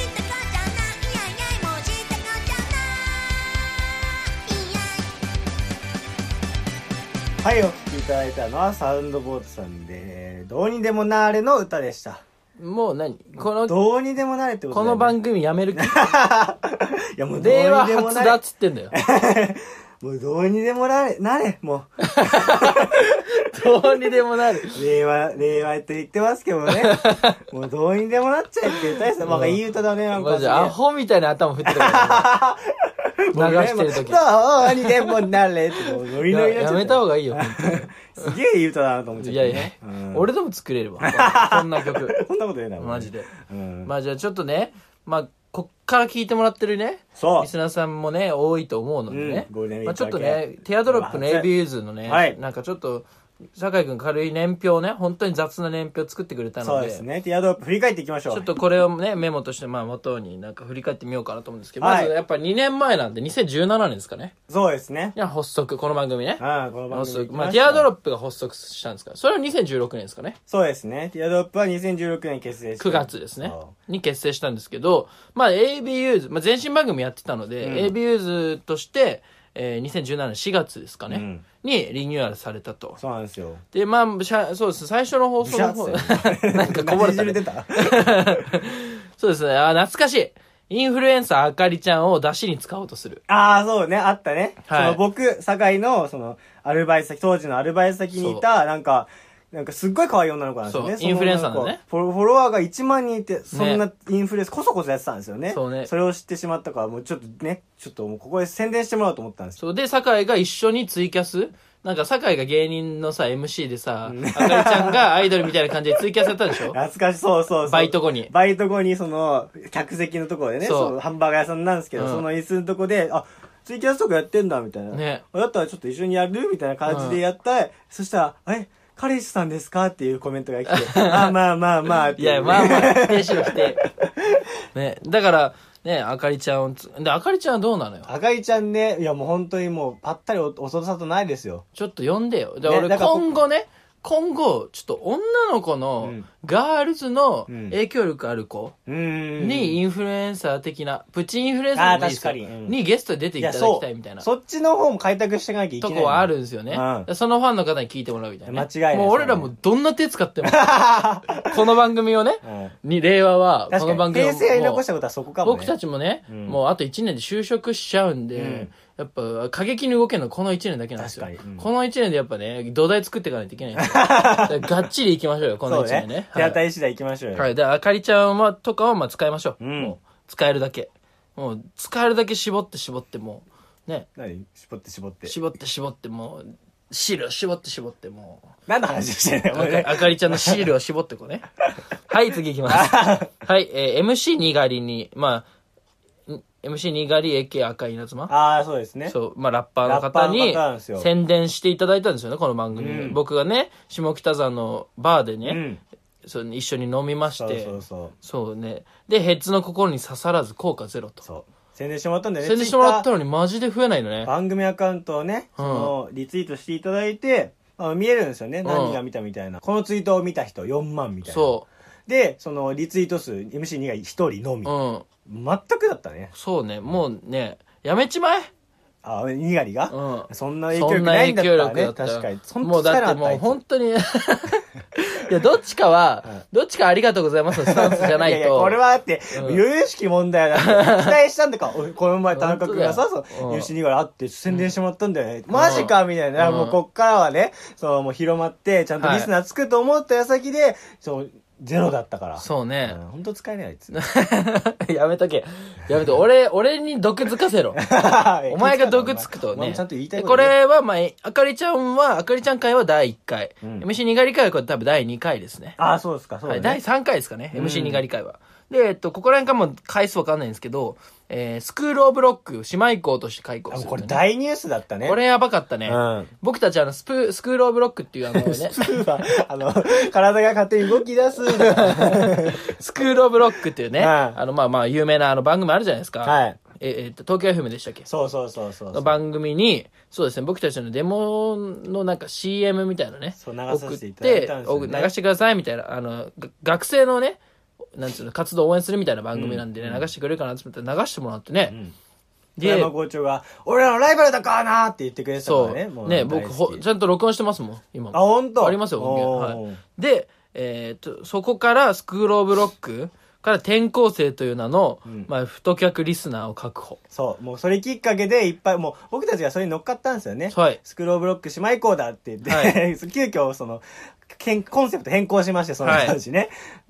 [SPEAKER 3] どうにでもなれ」「知ったこじゃないやいやいもう知ったこじゃないやい」
[SPEAKER 1] はい、お聴きいただいたのはサウンドボートさんで、えーどうにでもなーれの歌でした。
[SPEAKER 2] もう何この、
[SPEAKER 1] どうにでもなれってこと
[SPEAKER 2] こ
[SPEAKER 1] だよ
[SPEAKER 2] の
[SPEAKER 1] ね
[SPEAKER 2] 番組やめる 気。
[SPEAKER 1] い やもうどうに
[SPEAKER 2] 令
[SPEAKER 1] で
[SPEAKER 2] 和
[SPEAKER 1] も
[SPEAKER 2] 初
[SPEAKER 1] な
[SPEAKER 2] だっ
[SPEAKER 1] れ。
[SPEAKER 2] つってんだよ。
[SPEAKER 1] もうどうにでもなれ、なれ、も
[SPEAKER 2] どうにで もなる。
[SPEAKER 1] う。令和、令和って言ってますけど ね。もうどうにでもなっちゃえって大した、まあいい歌だね、なんか
[SPEAKER 2] マ
[SPEAKER 1] す
[SPEAKER 2] ジ
[SPEAKER 1] げえ。
[SPEAKER 2] でアホみたいな頭振ってるか
[SPEAKER 1] 僕ね
[SPEAKER 2] ら、流してる時
[SPEAKER 1] もうどうにでもなれって、もうノリノ
[SPEAKER 2] や
[SPEAKER 1] リになっちゃっ
[SPEAKER 2] やめた方がいいよ。本
[SPEAKER 1] すげえいい歌だなと思っ
[SPEAKER 2] 当
[SPEAKER 1] ちゃ
[SPEAKER 2] に
[SPEAKER 1] っ
[SPEAKER 2] い
[SPEAKER 1] た
[SPEAKER 2] や
[SPEAKER 1] ね。
[SPEAKER 2] いや
[SPEAKER 1] うん、
[SPEAKER 2] 俺でも作れ るわ。こんな曲。
[SPEAKER 1] そんなこと言うな、もう
[SPEAKER 2] マジ。で。
[SPEAKER 1] うん。
[SPEAKER 2] まあじゃあちょっとね、まあ、こっから聞いてもらってるね、
[SPEAKER 1] そう
[SPEAKER 2] リ。スナーさんもね、多いと思うのでね
[SPEAKER 1] うんゴールデンウィ。ーク
[SPEAKER 2] まあちょっと
[SPEAKER 1] 明
[SPEAKER 2] ね、テアドロップの
[SPEAKER 1] まあ
[SPEAKER 2] ABUs のね、
[SPEAKER 1] はい
[SPEAKER 2] なんかちょっと、酒井君軽い年表ね、本当に雑な年表作ってくれた
[SPEAKER 1] そ
[SPEAKER 2] の
[SPEAKER 1] う
[SPEAKER 2] で、
[SPEAKER 1] ですね。ティアドロップ振り返っていきましょう。
[SPEAKER 2] ちょっとこれをね、メモとして、まあ、元になんか振り返ってみようかなと思うんですけど、
[SPEAKER 1] はい
[SPEAKER 2] まずやっぱ2年前なんで、2017年ですかね。
[SPEAKER 1] そうですね。
[SPEAKER 2] いや、発足、この番組ね。
[SPEAKER 1] ああ、この番
[SPEAKER 2] 発
[SPEAKER 1] 組
[SPEAKER 2] 足。まあ、ティアド
[SPEAKER 1] ロ
[SPEAKER 2] ロップが発足したんですから、それは2016年ですかね。
[SPEAKER 1] そうですね。ティアドロップは2016年結成して
[SPEAKER 2] 9月ですね
[SPEAKER 1] そ。
[SPEAKER 2] に結成したんですけど、まあ ABUs、まあ、前身番組やってたので、ABUs として、えー2017年4月ですかね、
[SPEAKER 1] うん
[SPEAKER 2] にリニューアルされたと。
[SPEAKER 1] そうなんですよ。
[SPEAKER 2] で、まあ、しゃそうです。最初の放送の方、
[SPEAKER 1] ブシャッて
[SPEAKER 2] なんかこぼれた
[SPEAKER 1] 何汁
[SPEAKER 2] ね、
[SPEAKER 1] 出た
[SPEAKER 2] そうですね。あー、懐かしい。インフルエンサーあかりちゃんを出汁に使おうとする。
[SPEAKER 1] ああ、そうね、あったね。
[SPEAKER 2] はい
[SPEAKER 1] その僕、堺の、その、アルバイト先、当時のアルバイト先にいた、なんか、なんかすっごい可愛い女の子なんですよね。
[SPEAKER 2] そう
[SPEAKER 1] その
[SPEAKER 2] インフルエンサーのね
[SPEAKER 1] なんかフォロ。フォロワーが1万人いて、そんなインフルエンサー、こそこそやってたんですよね。
[SPEAKER 2] そうね
[SPEAKER 1] れを知ってしまったから、もうちょっとね、ちょっともうここで宣伝してもらおうと思ったんですよ。
[SPEAKER 2] そうで、酒井が一緒にツイキャスなんか酒井が芸人のさ、MC でさ、あかりちゃんがアイドルみたいな感じでツイキャスやったでしょ
[SPEAKER 1] 懐かしい、そうそうそう。
[SPEAKER 2] バイト後に。
[SPEAKER 1] バイト後に、その、客席のところでね、
[SPEAKER 2] そう
[SPEAKER 1] そのハンバーガー屋さんなんですけど、
[SPEAKER 2] うん
[SPEAKER 1] その椅子のとこで、あ、ツイキャスとかやってんだ、みたいな。
[SPEAKER 2] ね
[SPEAKER 1] だったらちょっと一緒にやるみたいな感じでやった、そしたら、え、彼氏さんですかっていうコメントが来 て、あ、まあまあまあって
[SPEAKER 2] いう
[SPEAKER 1] ね
[SPEAKER 2] や、まあまあ、否定し ろ、否定。ね、だから、ね、あかりちゃんをつ、で、あかりちゃんはどうなのよ。
[SPEAKER 1] あかりちゃんね、いやもう本当にもう、ぱったりお、おそさとないですよ。
[SPEAKER 2] ちょっと呼んでよ。で、
[SPEAKER 1] ね
[SPEAKER 2] 俺、
[SPEAKER 1] だから
[SPEAKER 2] 今後ね、今後、ちょっと女の子
[SPEAKER 1] う
[SPEAKER 2] の
[SPEAKER 1] ん、
[SPEAKER 2] ガールズの
[SPEAKER 1] うん
[SPEAKER 2] 影響力ある子
[SPEAKER 1] うーん。
[SPEAKER 2] に、インフルエンサー的な、プチインフルエンサーでもいいですよ
[SPEAKER 1] あー確かにうん
[SPEAKER 2] にゲストで出て
[SPEAKER 1] い
[SPEAKER 2] いた
[SPEAKER 1] や、
[SPEAKER 2] だ
[SPEAKER 1] そ
[SPEAKER 2] き
[SPEAKER 1] う
[SPEAKER 2] たいみたいな。
[SPEAKER 1] そっちの方も開拓していかなきゃいけ
[SPEAKER 2] と
[SPEAKER 1] ない。
[SPEAKER 2] こはあるんですよね
[SPEAKER 1] うん。
[SPEAKER 2] でそのファンの方に聞いてもらうみたいなね。
[SPEAKER 1] 間違いない
[SPEAKER 2] もう俺らもうどんな手使っても、この番組を ね、
[SPEAKER 1] うん。
[SPEAKER 2] に、令和は、こ
[SPEAKER 1] 確
[SPEAKER 2] の
[SPEAKER 1] か
[SPEAKER 2] 番
[SPEAKER 1] に、
[SPEAKER 2] 組を
[SPEAKER 1] 平
[SPEAKER 2] もう。
[SPEAKER 1] 成に残したことはそこかもね。
[SPEAKER 2] 僕たちもね、
[SPEAKER 1] うん
[SPEAKER 2] もうあと1年で就職しちゃうんで、
[SPEAKER 1] うん
[SPEAKER 2] やっぱ過激に動けるのこの1年だけなんですよ、
[SPEAKER 1] 確かにうん
[SPEAKER 2] この1年でやっぱね土台作っていかないといけない んですよだからがっちりいきましょうよこ
[SPEAKER 1] そ
[SPEAKER 2] の
[SPEAKER 1] う
[SPEAKER 2] 1
[SPEAKER 1] ね
[SPEAKER 2] 年ね。
[SPEAKER 1] 手当
[SPEAKER 2] は
[SPEAKER 1] た
[SPEAKER 2] い、
[SPEAKER 1] り次第行きましょうよ。
[SPEAKER 2] はい、であかりちゃんはとかはまあ使いましょう,、
[SPEAKER 1] うん
[SPEAKER 2] もう使えるだけもう使えるだけ絞って絞ってもうね
[SPEAKER 1] 何絞って絞って。
[SPEAKER 2] 絞って絞ってもうシールを絞って絞ってもう
[SPEAKER 1] 何の話をしてんのよ、
[SPEAKER 2] あ
[SPEAKER 1] 俺
[SPEAKER 2] かあかりちゃんのシールを絞ってこ うね。はい、次いきます。はい、えー MC にがりに、まあ、ん MC にがり、AK 赤い稲妻。
[SPEAKER 1] ああ、そうですね。
[SPEAKER 2] そう、まあ、ラッパーの方
[SPEAKER 1] ラッパーの
[SPEAKER 2] に
[SPEAKER 1] 方なんですよ
[SPEAKER 2] 宣伝していただいたんですよね、この番組。
[SPEAKER 1] うん
[SPEAKER 2] 僕がね、下北沢のバーで
[SPEAKER 1] う
[SPEAKER 2] ね、
[SPEAKER 1] ん。
[SPEAKER 2] そう一緒に飲みまし
[SPEAKER 1] そ
[SPEAKER 2] て、
[SPEAKER 1] うそうそう。
[SPEAKER 2] そうね。で、ヘッズの心に刺さらず効果ゼロと。
[SPEAKER 1] そう。宣伝してもらったんだよね。
[SPEAKER 2] 宣伝してもらった
[SPEAKER 1] Twitter
[SPEAKER 2] のにマジで増えないのね。
[SPEAKER 1] 番組アカウントをね、その、リツイートしていただいて、あ見えるんですよね。
[SPEAKER 2] ん
[SPEAKER 1] 何が見たみたいな。このツイートを見た人4万みたいな。。
[SPEAKER 2] そう
[SPEAKER 1] で、その、リツイート数 MC2 が1人のみ
[SPEAKER 2] う、う。ん、
[SPEAKER 1] 全くだったね。
[SPEAKER 2] そうね、もうね、やめちまえ
[SPEAKER 1] あ、にがりが、
[SPEAKER 2] うん
[SPEAKER 1] そんな影響
[SPEAKER 2] そ
[SPEAKER 1] 力
[SPEAKER 2] んな
[SPEAKER 1] ないん
[SPEAKER 2] 影
[SPEAKER 1] だったら
[SPEAKER 2] 響力だ
[SPEAKER 1] ね。
[SPEAKER 2] ったよ
[SPEAKER 1] 確かに。そん
[SPEAKER 2] もうだってもう 本当にいやどっちかは、どっちかありがとうございますのスタンスじゃないと
[SPEAKER 1] いやいや、これはだって、
[SPEAKER 2] うん
[SPEAKER 1] 由々しき問題だ から。期待したんだから、おいこの前田中君がさ、
[SPEAKER 2] 本当
[SPEAKER 1] そ
[SPEAKER 2] だよ
[SPEAKER 1] う、
[SPEAKER 2] うん
[SPEAKER 1] 入試にから会って宣伝してもらったんだよね。マジかみたいな。
[SPEAKER 2] うん
[SPEAKER 1] もうこっからはね、そう、もう広まって、ちゃんとリスナーつくと思った矢先で、そう、ゼロだったから。
[SPEAKER 2] そうね、
[SPEAKER 1] うん。ほんと使えない、あ いつ。
[SPEAKER 2] やめとけやめとけ俺俺に毒づかせ ろお前が毒つくと
[SPEAKER 1] お前
[SPEAKER 2] ね
[SPEAKER 1] もちゃんと言いたい
[SPEAKER 2] で
[SPEAKER 1] こ
[SPEAKER 2] こと
[SPEAKER 1] ね。
[SPEAKER 2] れはまあえあかりちゃんはあかりちゃん会は第1回、
[SPEAKER 1] うん
[SPEAKER 2] MC にがり会はこれ多分第2回ですね
[SPEAKER 1] ああ、そうですか、そう
[SPEAKER 2] はい、
[SPEAKER 1] だ
[SPEAKER 2] 第
[SPEAKER 1] ね。
[SPEAKER 2] 3回ですかね、
[SPEAKER 1] うん
[SPEAKER 2] MC にがり会は。で、えっと、ここら辺からも回数わかんないんですけど、えー、スクールオブロック姉妹校として開校
[SPEAKER 1] あ
[SPEAKER 2] す
[SPEAKER 1] も
[SPEAKER 2] る
[SPEAKER 1] うんこ
[SPEAKER 2] だよ
[SPEAKER 1] れ
[SPEAKER 2] ね、
[SPEAKER 1] 大ニュースだったね。
[SPEAKER 2] これやばかったね。
[SPEAKER 1] うん。
[SPEAKER 2] 僕たちあのスプ、スクールオブロックっていうあ のね、
[SPEAKER 1] スーパーあの、体が勝手に動き 出す。
[SPEAKER 2] スクールオブロックっていうね、
[SPEAKER 1] はい
[SPEAKER 2] あの、まあまあ、有名なあの番組あるじゃないですか。
[SPEAKER 1] はい。
[SPEAKER 2] え、えっと、東京 FM でしたっけ
[SPEAKER 1] そうそうそうそうそ
[SPEAKER 2] の
[SPEAKER 1] う。
[SPEAKER 2] 番組に、そうですね、僕たちのデモのなんか CM みたいなね、
[SPEAKER 1] そう流させていただいたんですよね
[SPEAKER 2] 送って、お流してくださいみたいな、あの、が学生のね、なんつうの、活動を応援するみたいな番組なんでね、流してくれるかなと思ったら流してもらってね、
[SPEAKER 1] ん富
[SPEAKER 2] で
[SPEAKER 1] 山、校長が、俺らのライバルだからなって言ってくれてたか
[SPEAKER 2] そ
[SPEAKER 1] ら
[SPEAKER 2] う、
[SPEAKER 1] ね。
[SPEAKER 2] ね
[SPEAKER 1] もう
[SPEAKER 2] 僕
[SPEAKER 1] 大好
[SPEAKER 2] ほ、
[SPEAKER 1] き
[SPEAKER 2] ちゃんと録音してますもん、今も
[SPEAKER 1] あ、本当
[SPEAKER 2] ありますよ、音源。
[SPEAKER 1] おー
[SPEAKER 2] はい。で、えっと、そこからスクールオブロックから転校生という名の、まあ、太客リスナーを確保。
[SPEAKER 1] そう。もうそれきっかけでいっぱい、もう僕たちがそれに乗っかったんですよね。
[SPEAKER 2] はい
[SPEAKER 1] スクロールオブロック姉妹校だって言って、
[SPEAKER 2] は
[SPEAKER 1] 急遽その、けんコンセプト変更しまして、その
[SPEAKER 2] はい
[SPEAKER 1] 話ね。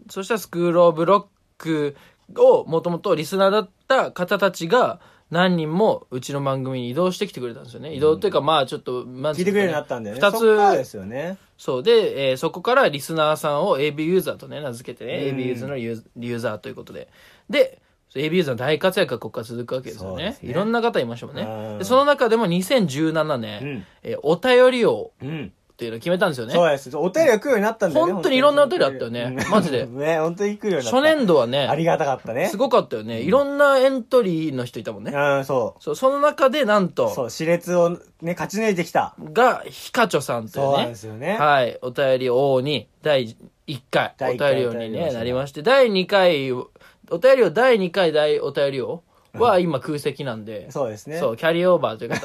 [SPEAKER 2] そしたらスクールオブロックをもともとリスナーだった方たちが何人もうちの番組に移動してきてくれたんですよね。移動というかまあちょっと、まあ
[SPEAKER 1] 聞いてくれるようになったんだよね。
[SPEAKER 2] 二
[SPEAKER 1] そっからで
[SPEAKER 2] つ、
[SPEAKER 1] すよね。
[SPEAKER 2] そうで、えーそこからリスナーさんを AB ユーザーとね、名付けてね、
[SPEAKER 1] うん
[SPEAKER 2] AB ユーザーのユーユーザーということで。で、AB ユーザーの大活躍がここから続くわけですよ
[SPEAKER 1] そうで
[SPEAKER 2] ね。
[SPEAKER 1] すね
[SPEAKER 2] いろんな方いましたもんね
[SPEAKER 1] うん。
[SPEAKER 2] でその中でも2017年、
[SPEAKER 1] うん
[SPEAKER 2] えーお便りを
[SPEAKER 1] うん。
[SPEAKER 2] っていうのを決めたんですよね。
[SPEAKER 1] そうです。お便りが来るようになったんだよね。
[SPEAKER 2] 本当にいろんなお便りあったよね
[SPEAKER 1] うん
[SPEAKER 2] マジ で
[SPEAKER 1] ね、本当に来るようにな
[SPEAKER 2] 初
[SPEAKER 1] った。
[SPEAKER 2] 年度は
[SPEAKER 1] あり
[SPEAKER 2] ね、
[SPEAKER 1] がたかったね。
[SPEAKER 2] すごかったよね。いろんなエントリーの人いたもんね。
[SPEAKER 1] うん、そ
[SPEAKER 2] そう、その中でなん
[SPEAKER 1] う。そう、
[SPEAKER 2] と、
[SPEAKER 1] 熾烈をね、勝ち抜いてきた。
[SPEAKER 2] が、ヒカチョさんと
[SPEAKER 1] そう
[SPEAKER 2] い
[SPEAKER 1] な
[SPEAKER 2] うんね
[SPEAKER 1] です、よね。
[SPEAKER 2] はい、お便り王に第1回、お
[SPEAKER 1] 第一
[SPEAKER 2] 便
[SPEAKER 1] 回
[SPEAKER 2] り王に、
[SPEAKER 1] お便り王
[SPEAKER 2] ね、
[SPEAKER 1] に
[SPEAKER 2] なりまして、第2回、お便り王第2回第お便り王は今空席なんで、
[SPEAKER 1] そうですね。
[SPEAKER 2] そう、キャリーオーバーという 形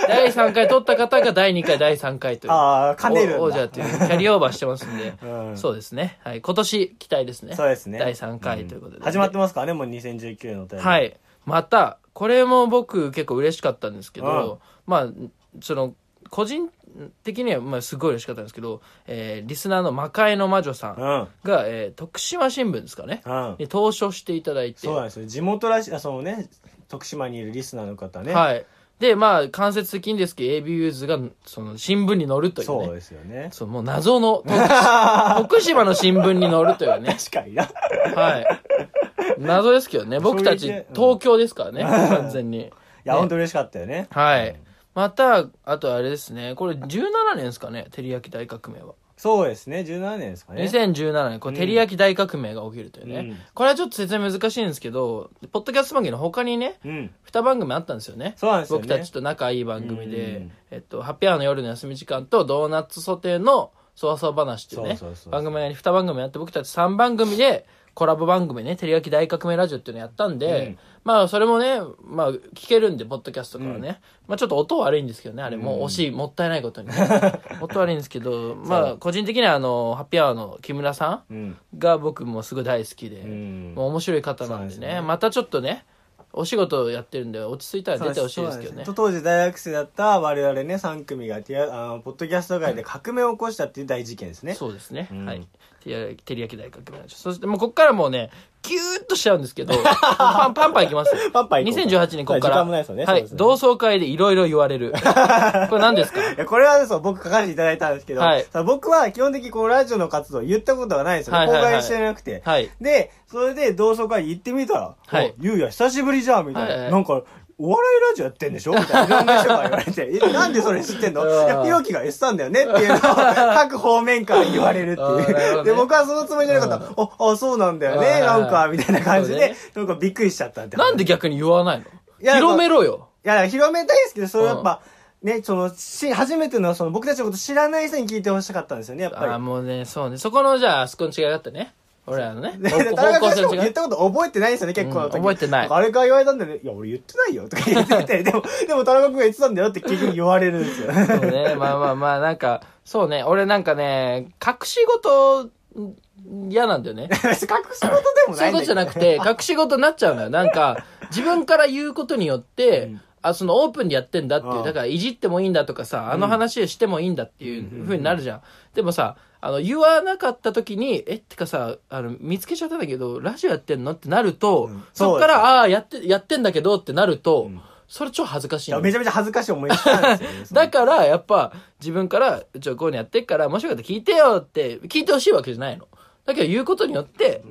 [SPEAKER 2] で、第3回取った方が第2回、第3回という。
[SPEAKER 1] ああ、兼ねるんだ。、
[SPEAKER 2] お王者という、キャリーオーバーしてますんで
[SPEAKER 1] うん
[SPEAKER 2] そうですね。はい、今年期待ですね。
[SPEAKER 1] そうですね。
[SPEAKER 2] 第3回ということで。
[SPEAKER 1] ん始まってますからね、もう2019のお便り。
[SPEAKER 2] は。い。また、これも僕結構嬉しかったんですけど、まあ、その、個人的には、まあ、すごい嬉しかったんですけど、えーリスナーの魔界の魔女さ
[SPEAKER 1] うんん。
[SPEAKER 2] が、えー徳島新聞ですかね、
[SPEAKER 1] うん。
[SPEAKER 2] に投書していただいて、
[SPEAKER 1] そうなんですよ。地元らしい、あ、そのね、徳島にいるリスナーの方ね。
[SPEAKER 2] はい。で、まあ、間接的にですけど、AB ユーズが、その、新聞に載るというね。
[SPEAKER 1] そうですよね。
[SPEAKER 2] そう、もう謎 の徳島、徳島の新聞に載るというね。
[SPEAKER 1] 確かにな。
[SPEAKER 2] はい。謎ですけどね。僕たち
[SPEAKER 1] 衝撃でうん
[SPEAKER 2] 東京で すからね。完全に。
[SPEAKER 1] いや、本当嬉しかったよね。
[SPEAKER 2] はい。また、あとあれですね。これ17年ですかね。照り焼き大革命は。
[SPEAKER 1] そうですね、17年ですかね。
[SPEAKER 2] 2017年、これ、照り焼き大革命が起きるというね。
[SPEAKER 1] うん
[SPEAKER 2] これはちょっと説明難しいんですけど、ポッドキャスト番組の他にね、
[SPEAKER 1] うん。
[SPEAKER 2] 2番組あったんですよね。
[SPEAKER 1] そうなんですよね
[SPEAKER 2] 僕たちと仲いい番
[SPEAKER 1] う
[SPEAKER 2] 組で、
[SPEAKER 1] ん
[SPEAKER 2] えっと、ハッピーアワーの夜の休み時間と、ドーナツソテーのそわそわ話っていう
[SPEAKER 1] そ
[SPEAKER 2] ね、
[SPEAKER 1] うそうそうそう
[SPEAKER 2] 番組に2番組やって、僕たち3番組で、コラボ番組ね、照り焼き大革命ラジオっていうのやったんで、
[SPEAKER 1] うん
[SPEAKER 2] まあ、それもね、まあ、聞けるんで、ポッドキャストからね。まあ、ちょっと音悪いんですけどね、あれ、もう惜しい、もったいな いことに、ね。音悪いんですけど、まあ、個人的には、あの、ハッピーアワーの木村さ
[SPEAKER 1] うん。
[SPEAKER 2] んが僕もすごい大好きで、
[SPEAKER 1] うん
[SPEAKER 2] もう面白い方なんで
[SPEAKER 1] そうなんですよ
[SPEAKER 2] ね
[SPEAKER 1] ね
[SPEAKER 2] またちょっとねお仕事やってるんで落ち着いたら出てほしいですけ
[SPEAKER 1] そ
[SPEAKER 2] どね
[SPEAKER 1] うなんよ当時大学生だった我々ね、3組がティア、あの、ポッドキャスト界で革命を起こしたっていう大事件ですね。
[SPEAKER 2] そうですね、
[SPEAKER 1] うん
[SPEAKER 2] はいてりや照り焼き大学部そしてもうこっからもうねギューッとしちゃうんです けどパンパンパンいきますよ
[SPEAKER 1] パンパン行こう
[SPEAKER 2] 2018年ここから
[SPEAKER 1] 時間もないですよね
[SPEAKER 2] は
[SPEAKER 1] そう
[SPEAKER 2] い
[SPEAKER 1] ですね
[SPEAKER 2] 同窓会でいろいろ言われ るこれ何ですか
[SPEAKER 1] いやこれはそう、僕書かせていただいたんですけど、
[SPEAKER 2] はい
[SPEAKER 1] さ僕は基本的にこう、ラジオの活動言ったことがないんですよ。
[SPEAKER 2] はいはいはい
[SPEAKER 1] 公開してなくて。
[SPEAKER 2] はい
[SPEAKER 1] で、それで同窓会行ってみたら、
[SPEAKER 2] はい
[SPEAKER 1] おゆうや久しぶりじゃん、みたいな。
[SPEAKER 2] はいはい
[SPEAKER 1] なんか、お笑いラジオやってんでしょみたいな。いろんな人から言われて、え、なんでそれ知ってんの
[SPEAKER 2] う
[SPEAKER 1] い
[SPEAKER 2] ん
[SPEAKER 1] や、ひろきが言ってたんだよねっていうのを各方面から言われるって
[SPEAKER 2] あーなるほ
[SPEAKER 1] い
[SPEAKER 2] ど
[SPEAKER 1] う。
[SPEAKER 2] ね
[SPEAKER 1] で、僕はそのつもりじゃなかった。あ、あ、そうなんだよね、
[SPEAKER 2] うん
[SPEAKER 1] なんか、みたいな感じ
[SPEAKER 2] そう
[SPEAKER 1] で
[SPEAKER 2] ね、
[SPEAKER 1] なんかびっくりしちゃったって。
[SPEAKER 2] なんで逆に言わないの
[SPEAKER 1] や
[SPEAKER 2] 広めろよ
[SPEAKER 1] いや、だから広めたいですけど、それはやっぱ、ね、その、し、初めての、その、僕たちのこと知らない人に聞いてほしかったんですよね、やっ
[SPEAKER 2] ああ
[SPEAKER 1] ぱ
[SPEAKER 2] ー
[SPEAKER 1] り。
[SPEAKER 2] もうねそうねそこのじゃああそこの違いがあってね俺ら のね
[SPEAKER 1] で
[SPEAKER 2] 方
[SPEAKER 1] 田
[SPEAKER 2] 向
[SPEAKER 1] 中
[SPEAKER 2] 方向
[SPEAKER 1] さん
[SPEAKER 2] 性
[SPEAKER 1] も
[SPEAKER 2] の違
[SPEAKER 1] 言
[SPEAKER 2] い
[SPEAKER 1] ったこと覚えてないですよね、結構の時、
[SPEAKER 2] うん覚えてない
[SPEAKER 1] あれから言われたんだよね。いや、俺言ってないよ、とか言ってて、で も、でも田中君が言ってたんだよって結局言われるんですよ。
[SPEAKER 2] そう ね、まあまあまあ、なんか、そうね、俺なんかね、隠し事、嫌なんだよね。
[SPEAKER 1] 別に隠すことでも
[SPEAKER 2] そう
[SPEAKER 1] ないいだけ
[SPEAKER 2] うんことじゃ
[SPEAKER 1] ど
[SPEAKER 2] なくて、隠し事になっちゃうのよ。なんか、自分から言うことによって、あ、そのオープンでやってんだっていうう、
[SPEAKER 1] ん
[SPEAKER 2] だからいじってもいいんだとかさ、あの話してもいいんだっていう風になるじゃん。でもさ、あの、言わなかった時に、え、ってかさ、あの、見つけちゃったんだけど、ラジオやってんのってなると、
[SPEAKER 1] ん
[SPEAKER 2] そっから、ああー、やって、やってんだけどってなると、それ超恥ずかしい
[SPEAKER 1] い
[SPEAKER 2] の。
[SPEAKER 1] やめちゃめちゃ恥ずかしい思いしたんですよね
[SPEAKER 2] だから、やっぱ、自分から、ちょ、こういうのやってっから、もしよかったら聞いてよって、聞いてほしいわけじゃないの。だけど、言うことによって、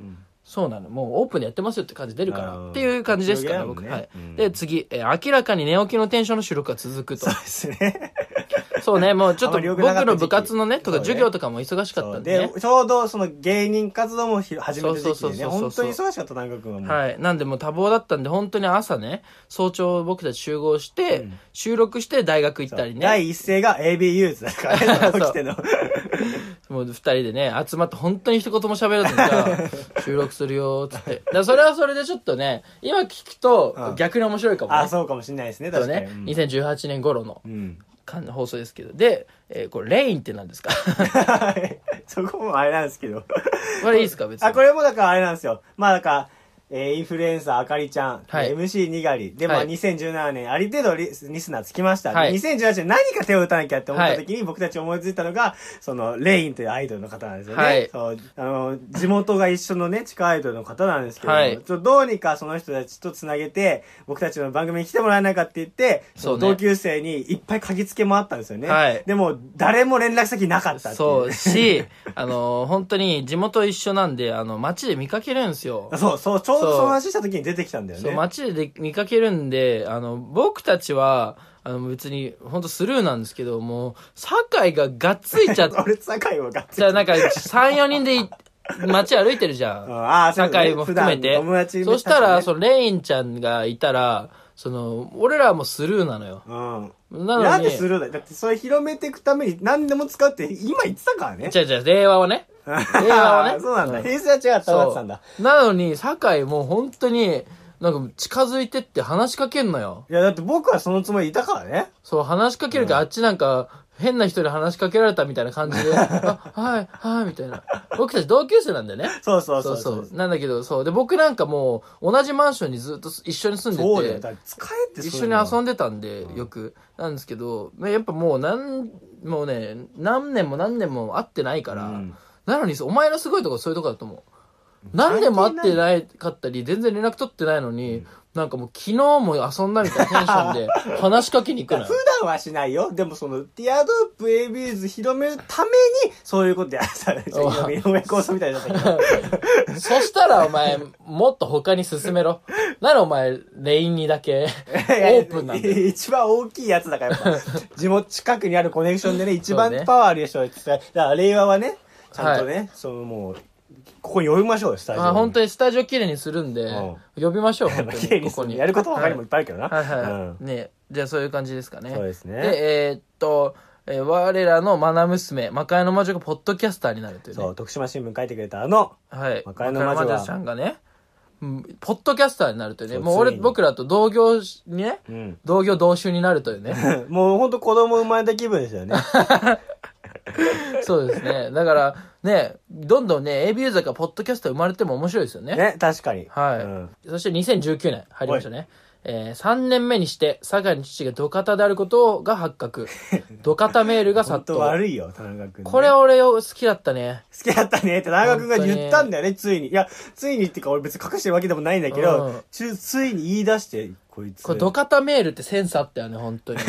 [SPEAKER 2] そうなの、もうオープンでやってますよって感じ出るか
[SPEAKER 1] う
[SPEAKER 2] ら、
[SPEAKER 1] ん
[SPEAKER 2] っていう感じですから、
[SPEAKER 1] そういう
[SPEAKER 2] 僕。
[SPEAKER 1] のね
[SPEAKER 2] はい
[SPEAKER 1] うん。
[SPEAKER 2] で、次、えー明らかに寝起きのテンションの収録が続く
[SPEAKER 1] そ。
[SPEAKER 2] と
[SPEAKER 1] うです ね。
[SPEAKER 2] そうね、もうちょっ
[SPEAKER 1] あんま
[SPEAKER 2] と、
[SPEAKER 1] り良
[SPEAKER 2] 僕
[SPEAKER 1] くなかった
[SPEAKER 2] の部活のね、
[SPEAKER 1] 時期
[SPEAKER 2] と
[SPEAKER 1] そう
[SPEAKER 2] か
[SPEAKER 1] ね
[SPEAKER 2] 授業とかも忙しかっ
[SPEAKER 1] そ
[SPEAKER 2] た
[SPEAKER 1] うん
[SPEAKER 2] でね
[SPEAKER 1] で。、ちょうどその芸人活動もひ始めた時
[SPEAKER 2] そうそう
[SPEAKER 1] 期
[SPEAKER 2] そ
[SPEAKER 1] でね、
[SPEAKER 2] うそうそう
[SPEAKER 1] 本
[SPEAKER 2] そ
[SPEAKER 1] 当
[SPEAKER 2] う
[SPEAKER 1] に忙しかった、田中君はもう。
[SPEAKER 2] はい。なんでもう多忙だったんで、本当に朝ね、早朝僕たち集合して、収録して大学行ったりね。
[SPEAKER 1] 第一声が AB ユーズだからね、 その時点の。
[SPEAKER 2] もう二人でね、集まって本当に一言も喋らず にさ、収録するよーっつって。だからそれはそれでちょっとね、今聞く
[SPEAKER 1] う
[SPEAKER 2] と
[SPEAKER 1] ん
[SPEAKER 2] 逆に面白いかもね。
[SPEAKER 1] あ、そうかもしれないですね、
[SPEAKER 2] そう
[SPEAKER 1] 確かに
[SPEAKER 2] ね。。2018年頃の
[SPEAKER 1] うんうん。
[SPEAKER 2] かん放送ですけど。で、えーこれ、レインって 何ですか
[SPEAKER 1] はい そこもあれなんですけど。
[SPEAKER 2] これいいですか別に。
[SPEAKER 1] あ、これもだからあれなんですよ。まあだから、えーインフルエンサーあかりちゃん、
[SPEAKER 2] はい
[SPEAKER 1] MC にがり、で、ま
[SPEAKER 2] は
[SPEAKER 1] あ
[SPEAKER 2] い
[SPEAKER 1] 2017年、ある程度リスリスナーつきました。で
[SPEAKER 2] はい
[SPEAKER 1] 2018年何か手を打たなきゃって思った時に、僕たち思いついたのが、その、レインというアイドルの方なんですよね。
[SPEAKER 2] はい
[SPEAKER 1] そうあの、地元が一緒のね、地下アイドルの方なんですけど、
[SPEAKER 2] はい
[SPEAKER 1] ちょっとどうにかその人たちとつなげて、僕たちの番組に来てもらえないかって言って、そ
[SPEAKER 2] そう
[SPEAKER 1] の
[SPEAKER 2] ね
[SPEAKER 1] 同級生にいっぱい嗅ぎつけもあったんですよね。
[SPEAKER 2] はい
[SPEAKER 1] でも、誰も連絡先なかったっていう。
[SPEAKER 2] そうし、あのー本当に地元一緒なんで、あの、街で見かけるんですよ。
[SPEAKER 1] そう、そう、ちょょうどその話した時に出てきたんだよ
[SPEAKER 2] そう、
[SPEAKER 1] ね。
[SPEAKER 2] 街でで見かけるんで、あの、僕たちは、あの、別に、本当スルーなんですけど、もう、酒井ががっついちゃっ
[SPEAKER 1] 俺、酒井はガッツ
[SPEAKER 2] じゃあなんか、3、4人でい街歩いてるじゃん。
[SPEAKER 1] ああ、そうだ
[SPEAKER 2] 酒
[SPEAKER 1] ね
[SPEAKER 2] 井も含め
[SPEAKER 1] 普
[SPEAKER 2] て
[SPEAKER 1] 段友達。
[SPEAKER 2] そしたら、そ
[SPEAKER 1] の、
[SPEAKER 2] の、レインちゃんがいたら、その、俺らはもうスルーなのよ。
[SPEAKER 1] うん。
[SPEAKER 2] な
[SPEAKER 1] な
[SPEAKER 2] の
[SPEAKER 1] ん
[SPEAKER 2] に、
[SPEAKER 1] でスルーだよだってそれ広めていくために何でも使うって今言ってたからね。
[SPEAKER 2] じゃあじゃあ令和はね。令和は ね。
[SPEAKER 1] そうなんだ。平成は違ったわってたんだ。
[SPEAKER 2] そうなのに、酒井もう本当に、なんか近づいてって話しかけんのよ。
[SPEAKER 1] いや、だって僕はそのつもりいたからね。
[SPEAKER 2] そう、話しかけるか、あっちなんか、変な人に話しかけられたみたいな感 じで、あ、はい、はい、みたいな。僕たち同級生なんだよね。
[SPEAKER 1] そうそうそ
[SPEAKER 2] そ
[SPEAKER 1] ううそ。
[SPEAKER 2] そうう。なんだけど、そう。で、僕なんかもう、同じマンションにずっと一緒に住んでて。
[SPEAKER 1] そうだよ。だから使えって
[SPEAKER 2] 一緒に遊
[SPEAKER 1] ん
[SPEAKER 2] んでたんで、よく。なんですけど、ねやっぱもう何、もうね、何年も何年も会ってないから、
[SPEAKER 1] うん
[SPEAKER 2] なのに、お前のすごいとこはそういうとこだと思う。何年も会ってないかったり、全然連絡取ってないのに、なんかもう昨日も遊んだみたいなテンション で話しかけに行くの
[SPEAKER 1] 普
[SPEAKER 2] よ。
[SPEAKER 1] 段はしないよ。でもその、ティアドロップ a b ーズ広めるために、そういうことやったら、今、井上構想みたいになったけど。
[SPEAKER 2] そしたらお前、もっと他に進めろ。ならお前、レインに だけ、オープンなんだよ。
[SPEAKER 1] 一番大きいやつだから、やっぱ。 地元近くにあるコネクションでね、一番
[SPEAKER 2] そうね
[SPEAKER 1] パワーある人が使えだから、令和はね、ちゃんとね、そのもう、ここに呼びましょうよ、スタジオに。
[SPEAKER 2] あ本当
[SPEAKER 1] に。
[SPEAKER 2] にスタジオ綺麗にするんで
[SPEAKER 1] うん、
[SPEAKER 2] 呼び ましょう、本当
[SPEAKER 1] 綺麗
[SPEAKER 2] に。
[SPEAKER 1] に
[SPEAKER 2] ここ
[SPEAKER 1] す
[SPEAKER 2] に。
[SPEAKER 1] るやることは他にもいっぱいあるけどな。
[SPEAKER 2] はいはい、
[SPEAKER 1] うん
[SPEAKER 2] ねじゃあそういう感じですかね
[SPEAKER 1] そうですね
[SPEAKER 2] でえーっと、えー我らのマナ娘魔界の魔女がポッドキャスターになるというね
[SPEAKER 1] そう、徳島新聞書いてくれたあの、
[SPEAKER 2] はい
[SPEAKER 1] 魔界の魔女は
[SPEAKER 2] 魔ちゃんがねうんポッドキャスターになるというね
[SPEAKER 1] そう
[SPEAKER 2] もう俺
[SPEAKER 1] ついに
[SPEAKER 2] 僕らと同業しにね、
[SPEAKER 1] うん。
[SPEAKER 2] 同業同種になるというね
[SPEAKER 1] もうほんと子供生まれた気分ですよね。
[SPEAKER 2] そうですねだからねどんどんね AB ユーザーからポッドキャスター生まれても面白いですよ ね
[SPEAKER 1] ね、確かに。
[SPEAKER 2] はい、
[SPEAKER 1] うん
[SPEAKER 2] そして2019年入りましたね。えー、3年目にして、佐賀の父が土方であることが発 覚。土方メールが
[SPEAKER 1] 本
[SPEAKER 2] 殺
[SPEAKER 1] 当
[SPEAKER 2] 到。
[SPEAKER 1] 悪いよ、田中君、ね。
[SPEAKER 2] これ俺好きだったね。
[SPEAKER 1] 好きだったねって田中君が言ったんだよね、ついに。いや、ついにっていうか俺別に隠してるわけでもないんだけど、
[SPEAKER 2] うん
[SPEAKER 1] ちゅついに言い出して、こいつ。
[SPEAKER 2] これ土方メールってセンスあったよね、本 当に。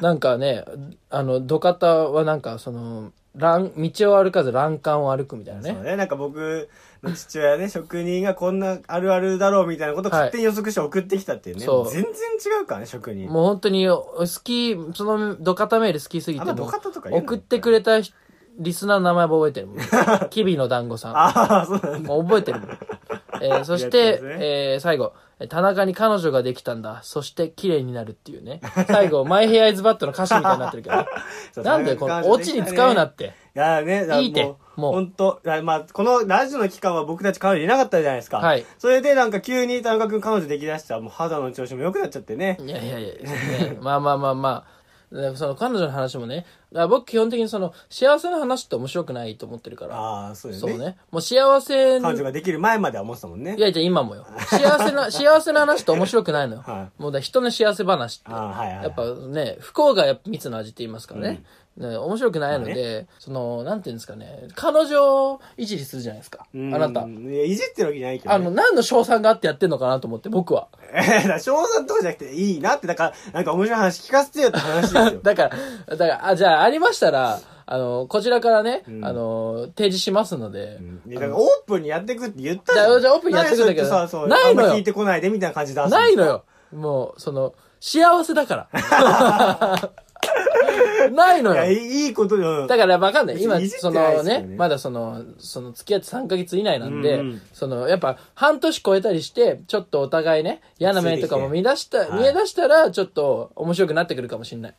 [SPEAKER 2] なんかね、あの、土方はなんかその、欄道を歩かず欄干を歩くみたいな
[SPEAKER 1] そう
[SPEAKER 2] ね。
[SPEAKER 1] ね、なんか僕の父親ね、職人がこんなあるあるだろうみたいなことを勝手に予測して送ってきたっていうね。
[SPEAKER 2] そう
[SPEAKER 1] 全然違うからね、職人。
[SPEAKER 2] もう本当に好き、その土方メール好きすぎて
[SPEAKER 1] あんな
[SPEAKER 2] も
[SPEAKER 1] 土方とか
[SPEAKER 2] う、
[SPEAKER 1] 言うの
[SPEAKER 2] 送ってくれた人リスナーの名前も覚えて るもん。キビの団子さん。
[SPEAKER 1] ああ、そうなんだ。
[SPEAKER 2] もう 覚えてるもん。えーそし
[SPEAKER 1] やって
[SPEAKER 2] て、
[SPEAKER 1] ますね
[SPEAKER 2] えー最後、田中に彼女ができたんだ。そして、綺麗になるっていうね。最 後、マイヘアイズバットの歌詞みたいになってるけどね、
[SPEAKER 1] そう
[SPEAKER 2] なんでこの、オチに使うなって。
[SPEAKER 1] いやね、だから
[SPEAKER 2] いいても
[SPEAKER 1] も
[SPEAKER 2] う
[SPEAKER 1] う。本当だからまあ、このラジオの期間は僕たち彼女いなかったじゃないですか。
[SPEAKER 2] はい
[SPEAKER 1] それでなんか急に田中君彼女できだしたら、もう肌の調子も良くなっちゃってね。
[SPEAKER 2] いやいやいや、ね、まあまあまあまあ。だからその彼女の話もね、だから僕基本的にその幸せの話って面白くないと思ってるから、
[SPEAKER 1] ああ、そうよね。
[SPEAKER 2] そうね。もう幸せに
[SPEAKER 1] 彼女ができる前までは思ってたもんね
[SPEAKER 2] い。やいや、今もよ。幸せな、幸せな話って面白くないのよ。
[SPEAKER 1] は
[SPEAKER 2] もうだ、人の幸せ話って。
[SPEAKER 1] ああはいはいはい
[SPEAKER 2] やっぱね、不幸がやっぱ蜜の味って言いますからね。ね面白くないので、
[SPEAKER 1] まあ
[SPEAKER 2] その、なんていうんですかね、彼女をいじりするじゃないですか。あ
[SPEAKER 1] うん
[SPEAKER 2] なた。
[SPEAKER 1] いや、いじってるわけじゃないけど、ね。
[SPEAKER 2] あの、何の賞賛があってやってんのかなと思って、僕は。。
[SPEAKER 1] えー、だから、翔さんとかじゃなくていいなって、だから、なんか面白い話聞かせてよって話ですよ
[SPEAKER 2] だから、だから、あ、じゃあ、ありましたら、あの、こちらからね、あの、提示しますので、
[SPEAKER 1] いやだからオープンにやってくって言った
[SPEAKER 2] じゃあじゃあオープンにやってくんだけど
[SPEAKER 1] なんでそうやってさそう
[SPEAKER 2] ないのよ
[SPEAKER 1] あんま聞いてこないでみたいな感じで出す
[SPEAKER 2] ないのよ。もう、その、幸せだ から。ないの
[SPEAKER 1] いや、い
[SPEAKER 2] よ。
[SPEAKER 1] いいいことよ。
[SPEAKER 2] だからわかんない。今
[SPEAKER 1] 別にい、じって
[SPEAKER 2] そ
[SPEAKER 1] ないです
[SPEAKER 2] の
[SPEAKER 1] よ
[SPEAKER 2] ね
[SPEAKER 1] ね、
[SPEAKER 2] まだその、その付き合って3ヶ月以内なんで、
[SPEAKER 1] うんうん
[SPEAKER 2] その、やっぱ半年超えたりして、ちょっとお互いね、嫌な面とかも見出した、
[SPEAKER 1] ついてきて
[SPEAKER 2] 見え出したら、ちょっと面白くなってくるかもしれない。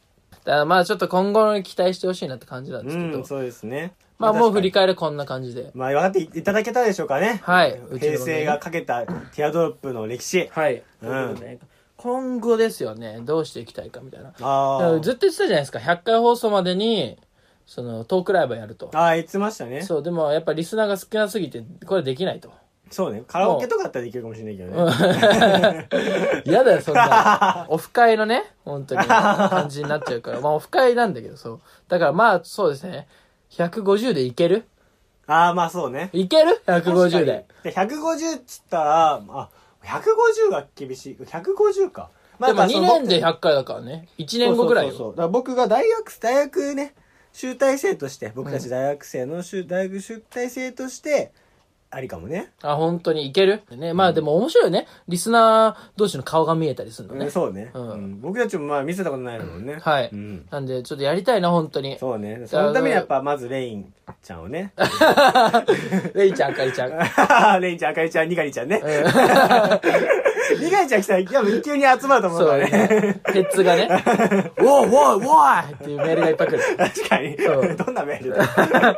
[SPEAKER 2] だからまあちょっと今後に期待してほしいなって感じなんで
[SPEAKER 1] う
[SPEAKER 2] すけど、
[SPEAKER 1] ん、そうですね。
[SPEAKER 2] まあもう振り
[SPEAKER 1] 返
[SPEAKER 2] 返るこんな感じで。
[SPEAKER 1] まあ、分かっていただけたでしょうかね。
[SPEAKER 2] はい
[SPEAKER 1] 平成がかけたティアドロップの歴史。
[SPEAKER 2] はい。
[SPEAKER 1] うん
[SPEAKER 2] ということでね今後ですよね、どうしていきたいかみたいな。
[SPEAKER 1] ああ。
[SPEAKER 2] ずっと言ってたじゃないですか100回放送までにそのトークライブやると
[SPEAKER 1] ああ、言ってましたね。そう
[SPEAKER 2] そうでもやっぱリスナーが少なすぎてこれできないと
[SPEAKER 1] ね。カラオケとかだったらできるかもしれないけどね。
[SPEAKER 2] 嫌だよそんなオフ会のね本当に感じになっちゃうからまあオフ会なんだけどそうだからまあそうですね150でいける
[SPEAKER 1] ああ、まあそうね。
[SPEAKER 2] いける ?150 で。
[SPEAKER 1] で150っつったら、あ、150が厳しい。150か。ま
[SPEAKER 2] でも
[SPEAKER 1] だから
[SPEAKER 2] 2
[SPEAKER 1] その
[SPEAKER 2] 年で100回だからね1年後ぐらい
[SPEAKER 1] そうそうそう
[SPEAKER 2] よ
[SPEAKER 1] だから僕が大学、大学ね、集大成として、僕たち大学生の集、大学集大成として、ありかもね。
[SPEAKER 2] あ、本当にいけるね。まあでも面白いね。リスナー同士の顔が見えたりするのね。
[SPEAKER 1] そうね、
[SPEAKER 2] うん
[SPEAKER 1] うん僕たちもまあ見せたことないもんね。
[SPEAKER 2] はい
[SPEAKER 1] うん。
[SPEAKER 2] なんで、ちょっとやりたいな、本当に。
[SPEAKER 1] そうね。そのためにやっぱまずレインちゃんを ね。
[SPEAKER 2] レイちゃん、かりちゃん。 うん
[SPEAKER 1] レインちゃん、あかりちゃん、にがりちゃんね。 にがりちゃん来たら多分急に集まると思う
[SPEAKER 2] そ
[SPEAKER 1] か
[SPEAKER 2] う
[SPEAKER 1] らね。
[SPEAKER 2] ね。鉄 がね、おいおいおいっていうメールがいっぱい来る。
[SPEAKER 1] 確かに。
[SPEAKER 2] そう
[SPEAKER 1] どんなメールだ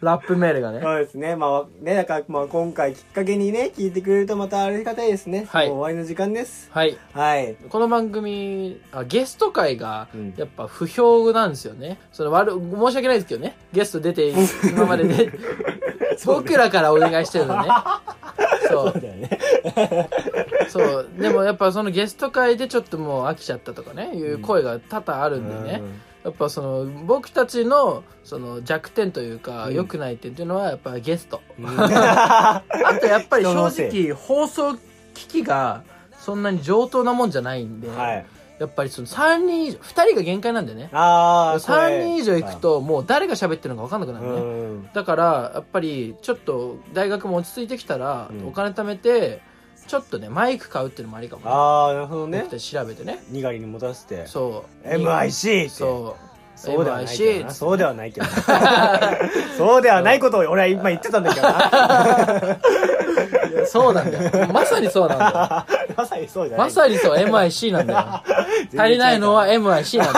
[SPEAKER 2] ラップメールがね。
[SPEAKER 1] そうですね。まあ、ね、だから、まあ、今回きっかけにね、聞いてくれるとまたありがたいですね。
[SPEAKER 2] はい
[SPEAKER 1] もう終わりの時間です。
[SPEAKER 2] はい。
[SPEAKER 1] はい。
[SPEAKER 2] この番組あゲスト会が
[SPEAKER 1] うん
[SPEAKER 2] やっぱ不評なんですよね、その悪申し訳ないですけどねゲスト出て今ま でで僕らからお願いしてるのねそ
[SPEAKER 1] そう
[SPEAKER 2] う
[SPEAKER 1] だよね。
[SPEAKER 2] そうでもやっぱそのゲスト会でちょっともう飽きちゃったとかねいう声が多々あるんでね、
[SPEAKER 1] うん
[SPEAKER 2] やっぱその僕たちのその弱点というか良くない点というのはやっぱゲスト、 あとやっぱり
[SPEAKER 1] 人
[SPEAKER 2] 正
[SPEAKER 1] のせい
[SPEAKER 2] 直放送機器がそんなに上等なもんじゃないんで、
[SPEAKER 1] はい。
[SPEAKER 2] やっぱりその3人以上2人が限界なんだよね
[SPEAKER 1] ああ、
[SPEAKER 2] 3人以上行くともう誰が喋ってるのか分かんなくな
[SPEAKER 1] こ
[SPEAKER 2] る
[SPEAKER 1] れ。
[SPEAKER 2] ね、
[SPEAKER 1] うん。
[SPEAKER 2] だからやっぱりちょっと大学も落ち着いてきたら
[SPEAKER 1] うん
[SPEAKER 2] お金貯めてちょっとねマイク買うっていうのもありかもね
[SPEAKER 1] ああ、なるほどね
[SPEAKER 2] 僕。たち調べてね
[SPEAKER 1] にがりに持たせて。
[SPEAKER 2] そうし
[SPEAKER 1] MIC って。
[SPEAKER 2] そう
[SPEAKER 1] そうではないけどな。
[SPEAKER 2] MIC
[SPEAKER 1] そうではないけどな。 そうではないことを俺は今言ってたんだけどな。
[SPEAKER 2] そうなんだよまさにそうな んだよ
[SPEAKER 1] まさにそうじゃない。
[SPEAKER 2] まさにそう MIC なん だよ足りないのは MIC な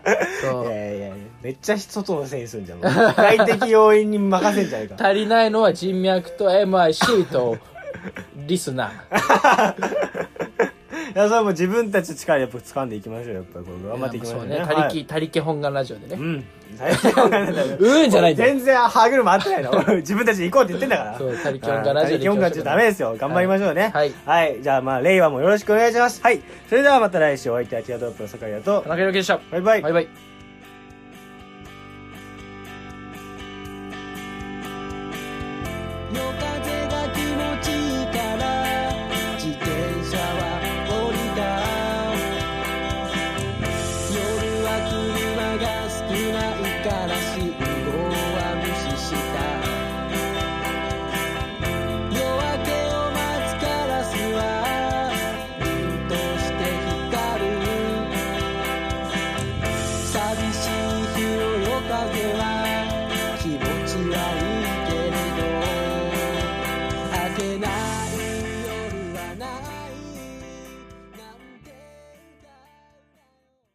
[SPEAKER 2] んだよ
[SPEAKER 1] い
[SPEAKER 2] そう
[SPEAKER 1] やいやいや、めっちゃ外のせいにするんじゃん。もう具体的要因に任せんじゃないか。
[SPEAKER 2] 足りないのは人脈と MIC とリスナー
[SPEAKER 1] いや、それはもう自分たちの力でやっぱ掴んでいきましょう。やっぱこれ頑張っていきましょうね。
[SPEAKER 2] そうね。他力、他力本願ラジオで
[SPEAKER 1] はい。う
[SPEAKER 2] ね。
[SPEAKER 1] ん。大丈夫なんだよ
[SPEAKER 2] うーんじゃないんだよ。
[SPEAKER 1] 全然歯車合ってないの。俺自分たちで行こうって言ってんだから。
[SPEAKER 2] そう他力
[SPEAKER 1] 音
[SPEAKER 2] 本願ラジオで行きましょう
[SPEAKER 1] じゃダメですよ。頑張りましょうね。
[SPEAKER 2] はい
[SPEAKER 1] はい。じゃあまあ、令和もよろしくお願いします。はい。それではまた来週お会いいたいティアドロップの酒井だと。
[SPEAKER 2] 田中裕樹でした。
[SPEAKER 1] バイバイ
[SPEAKER 2] バイバイ。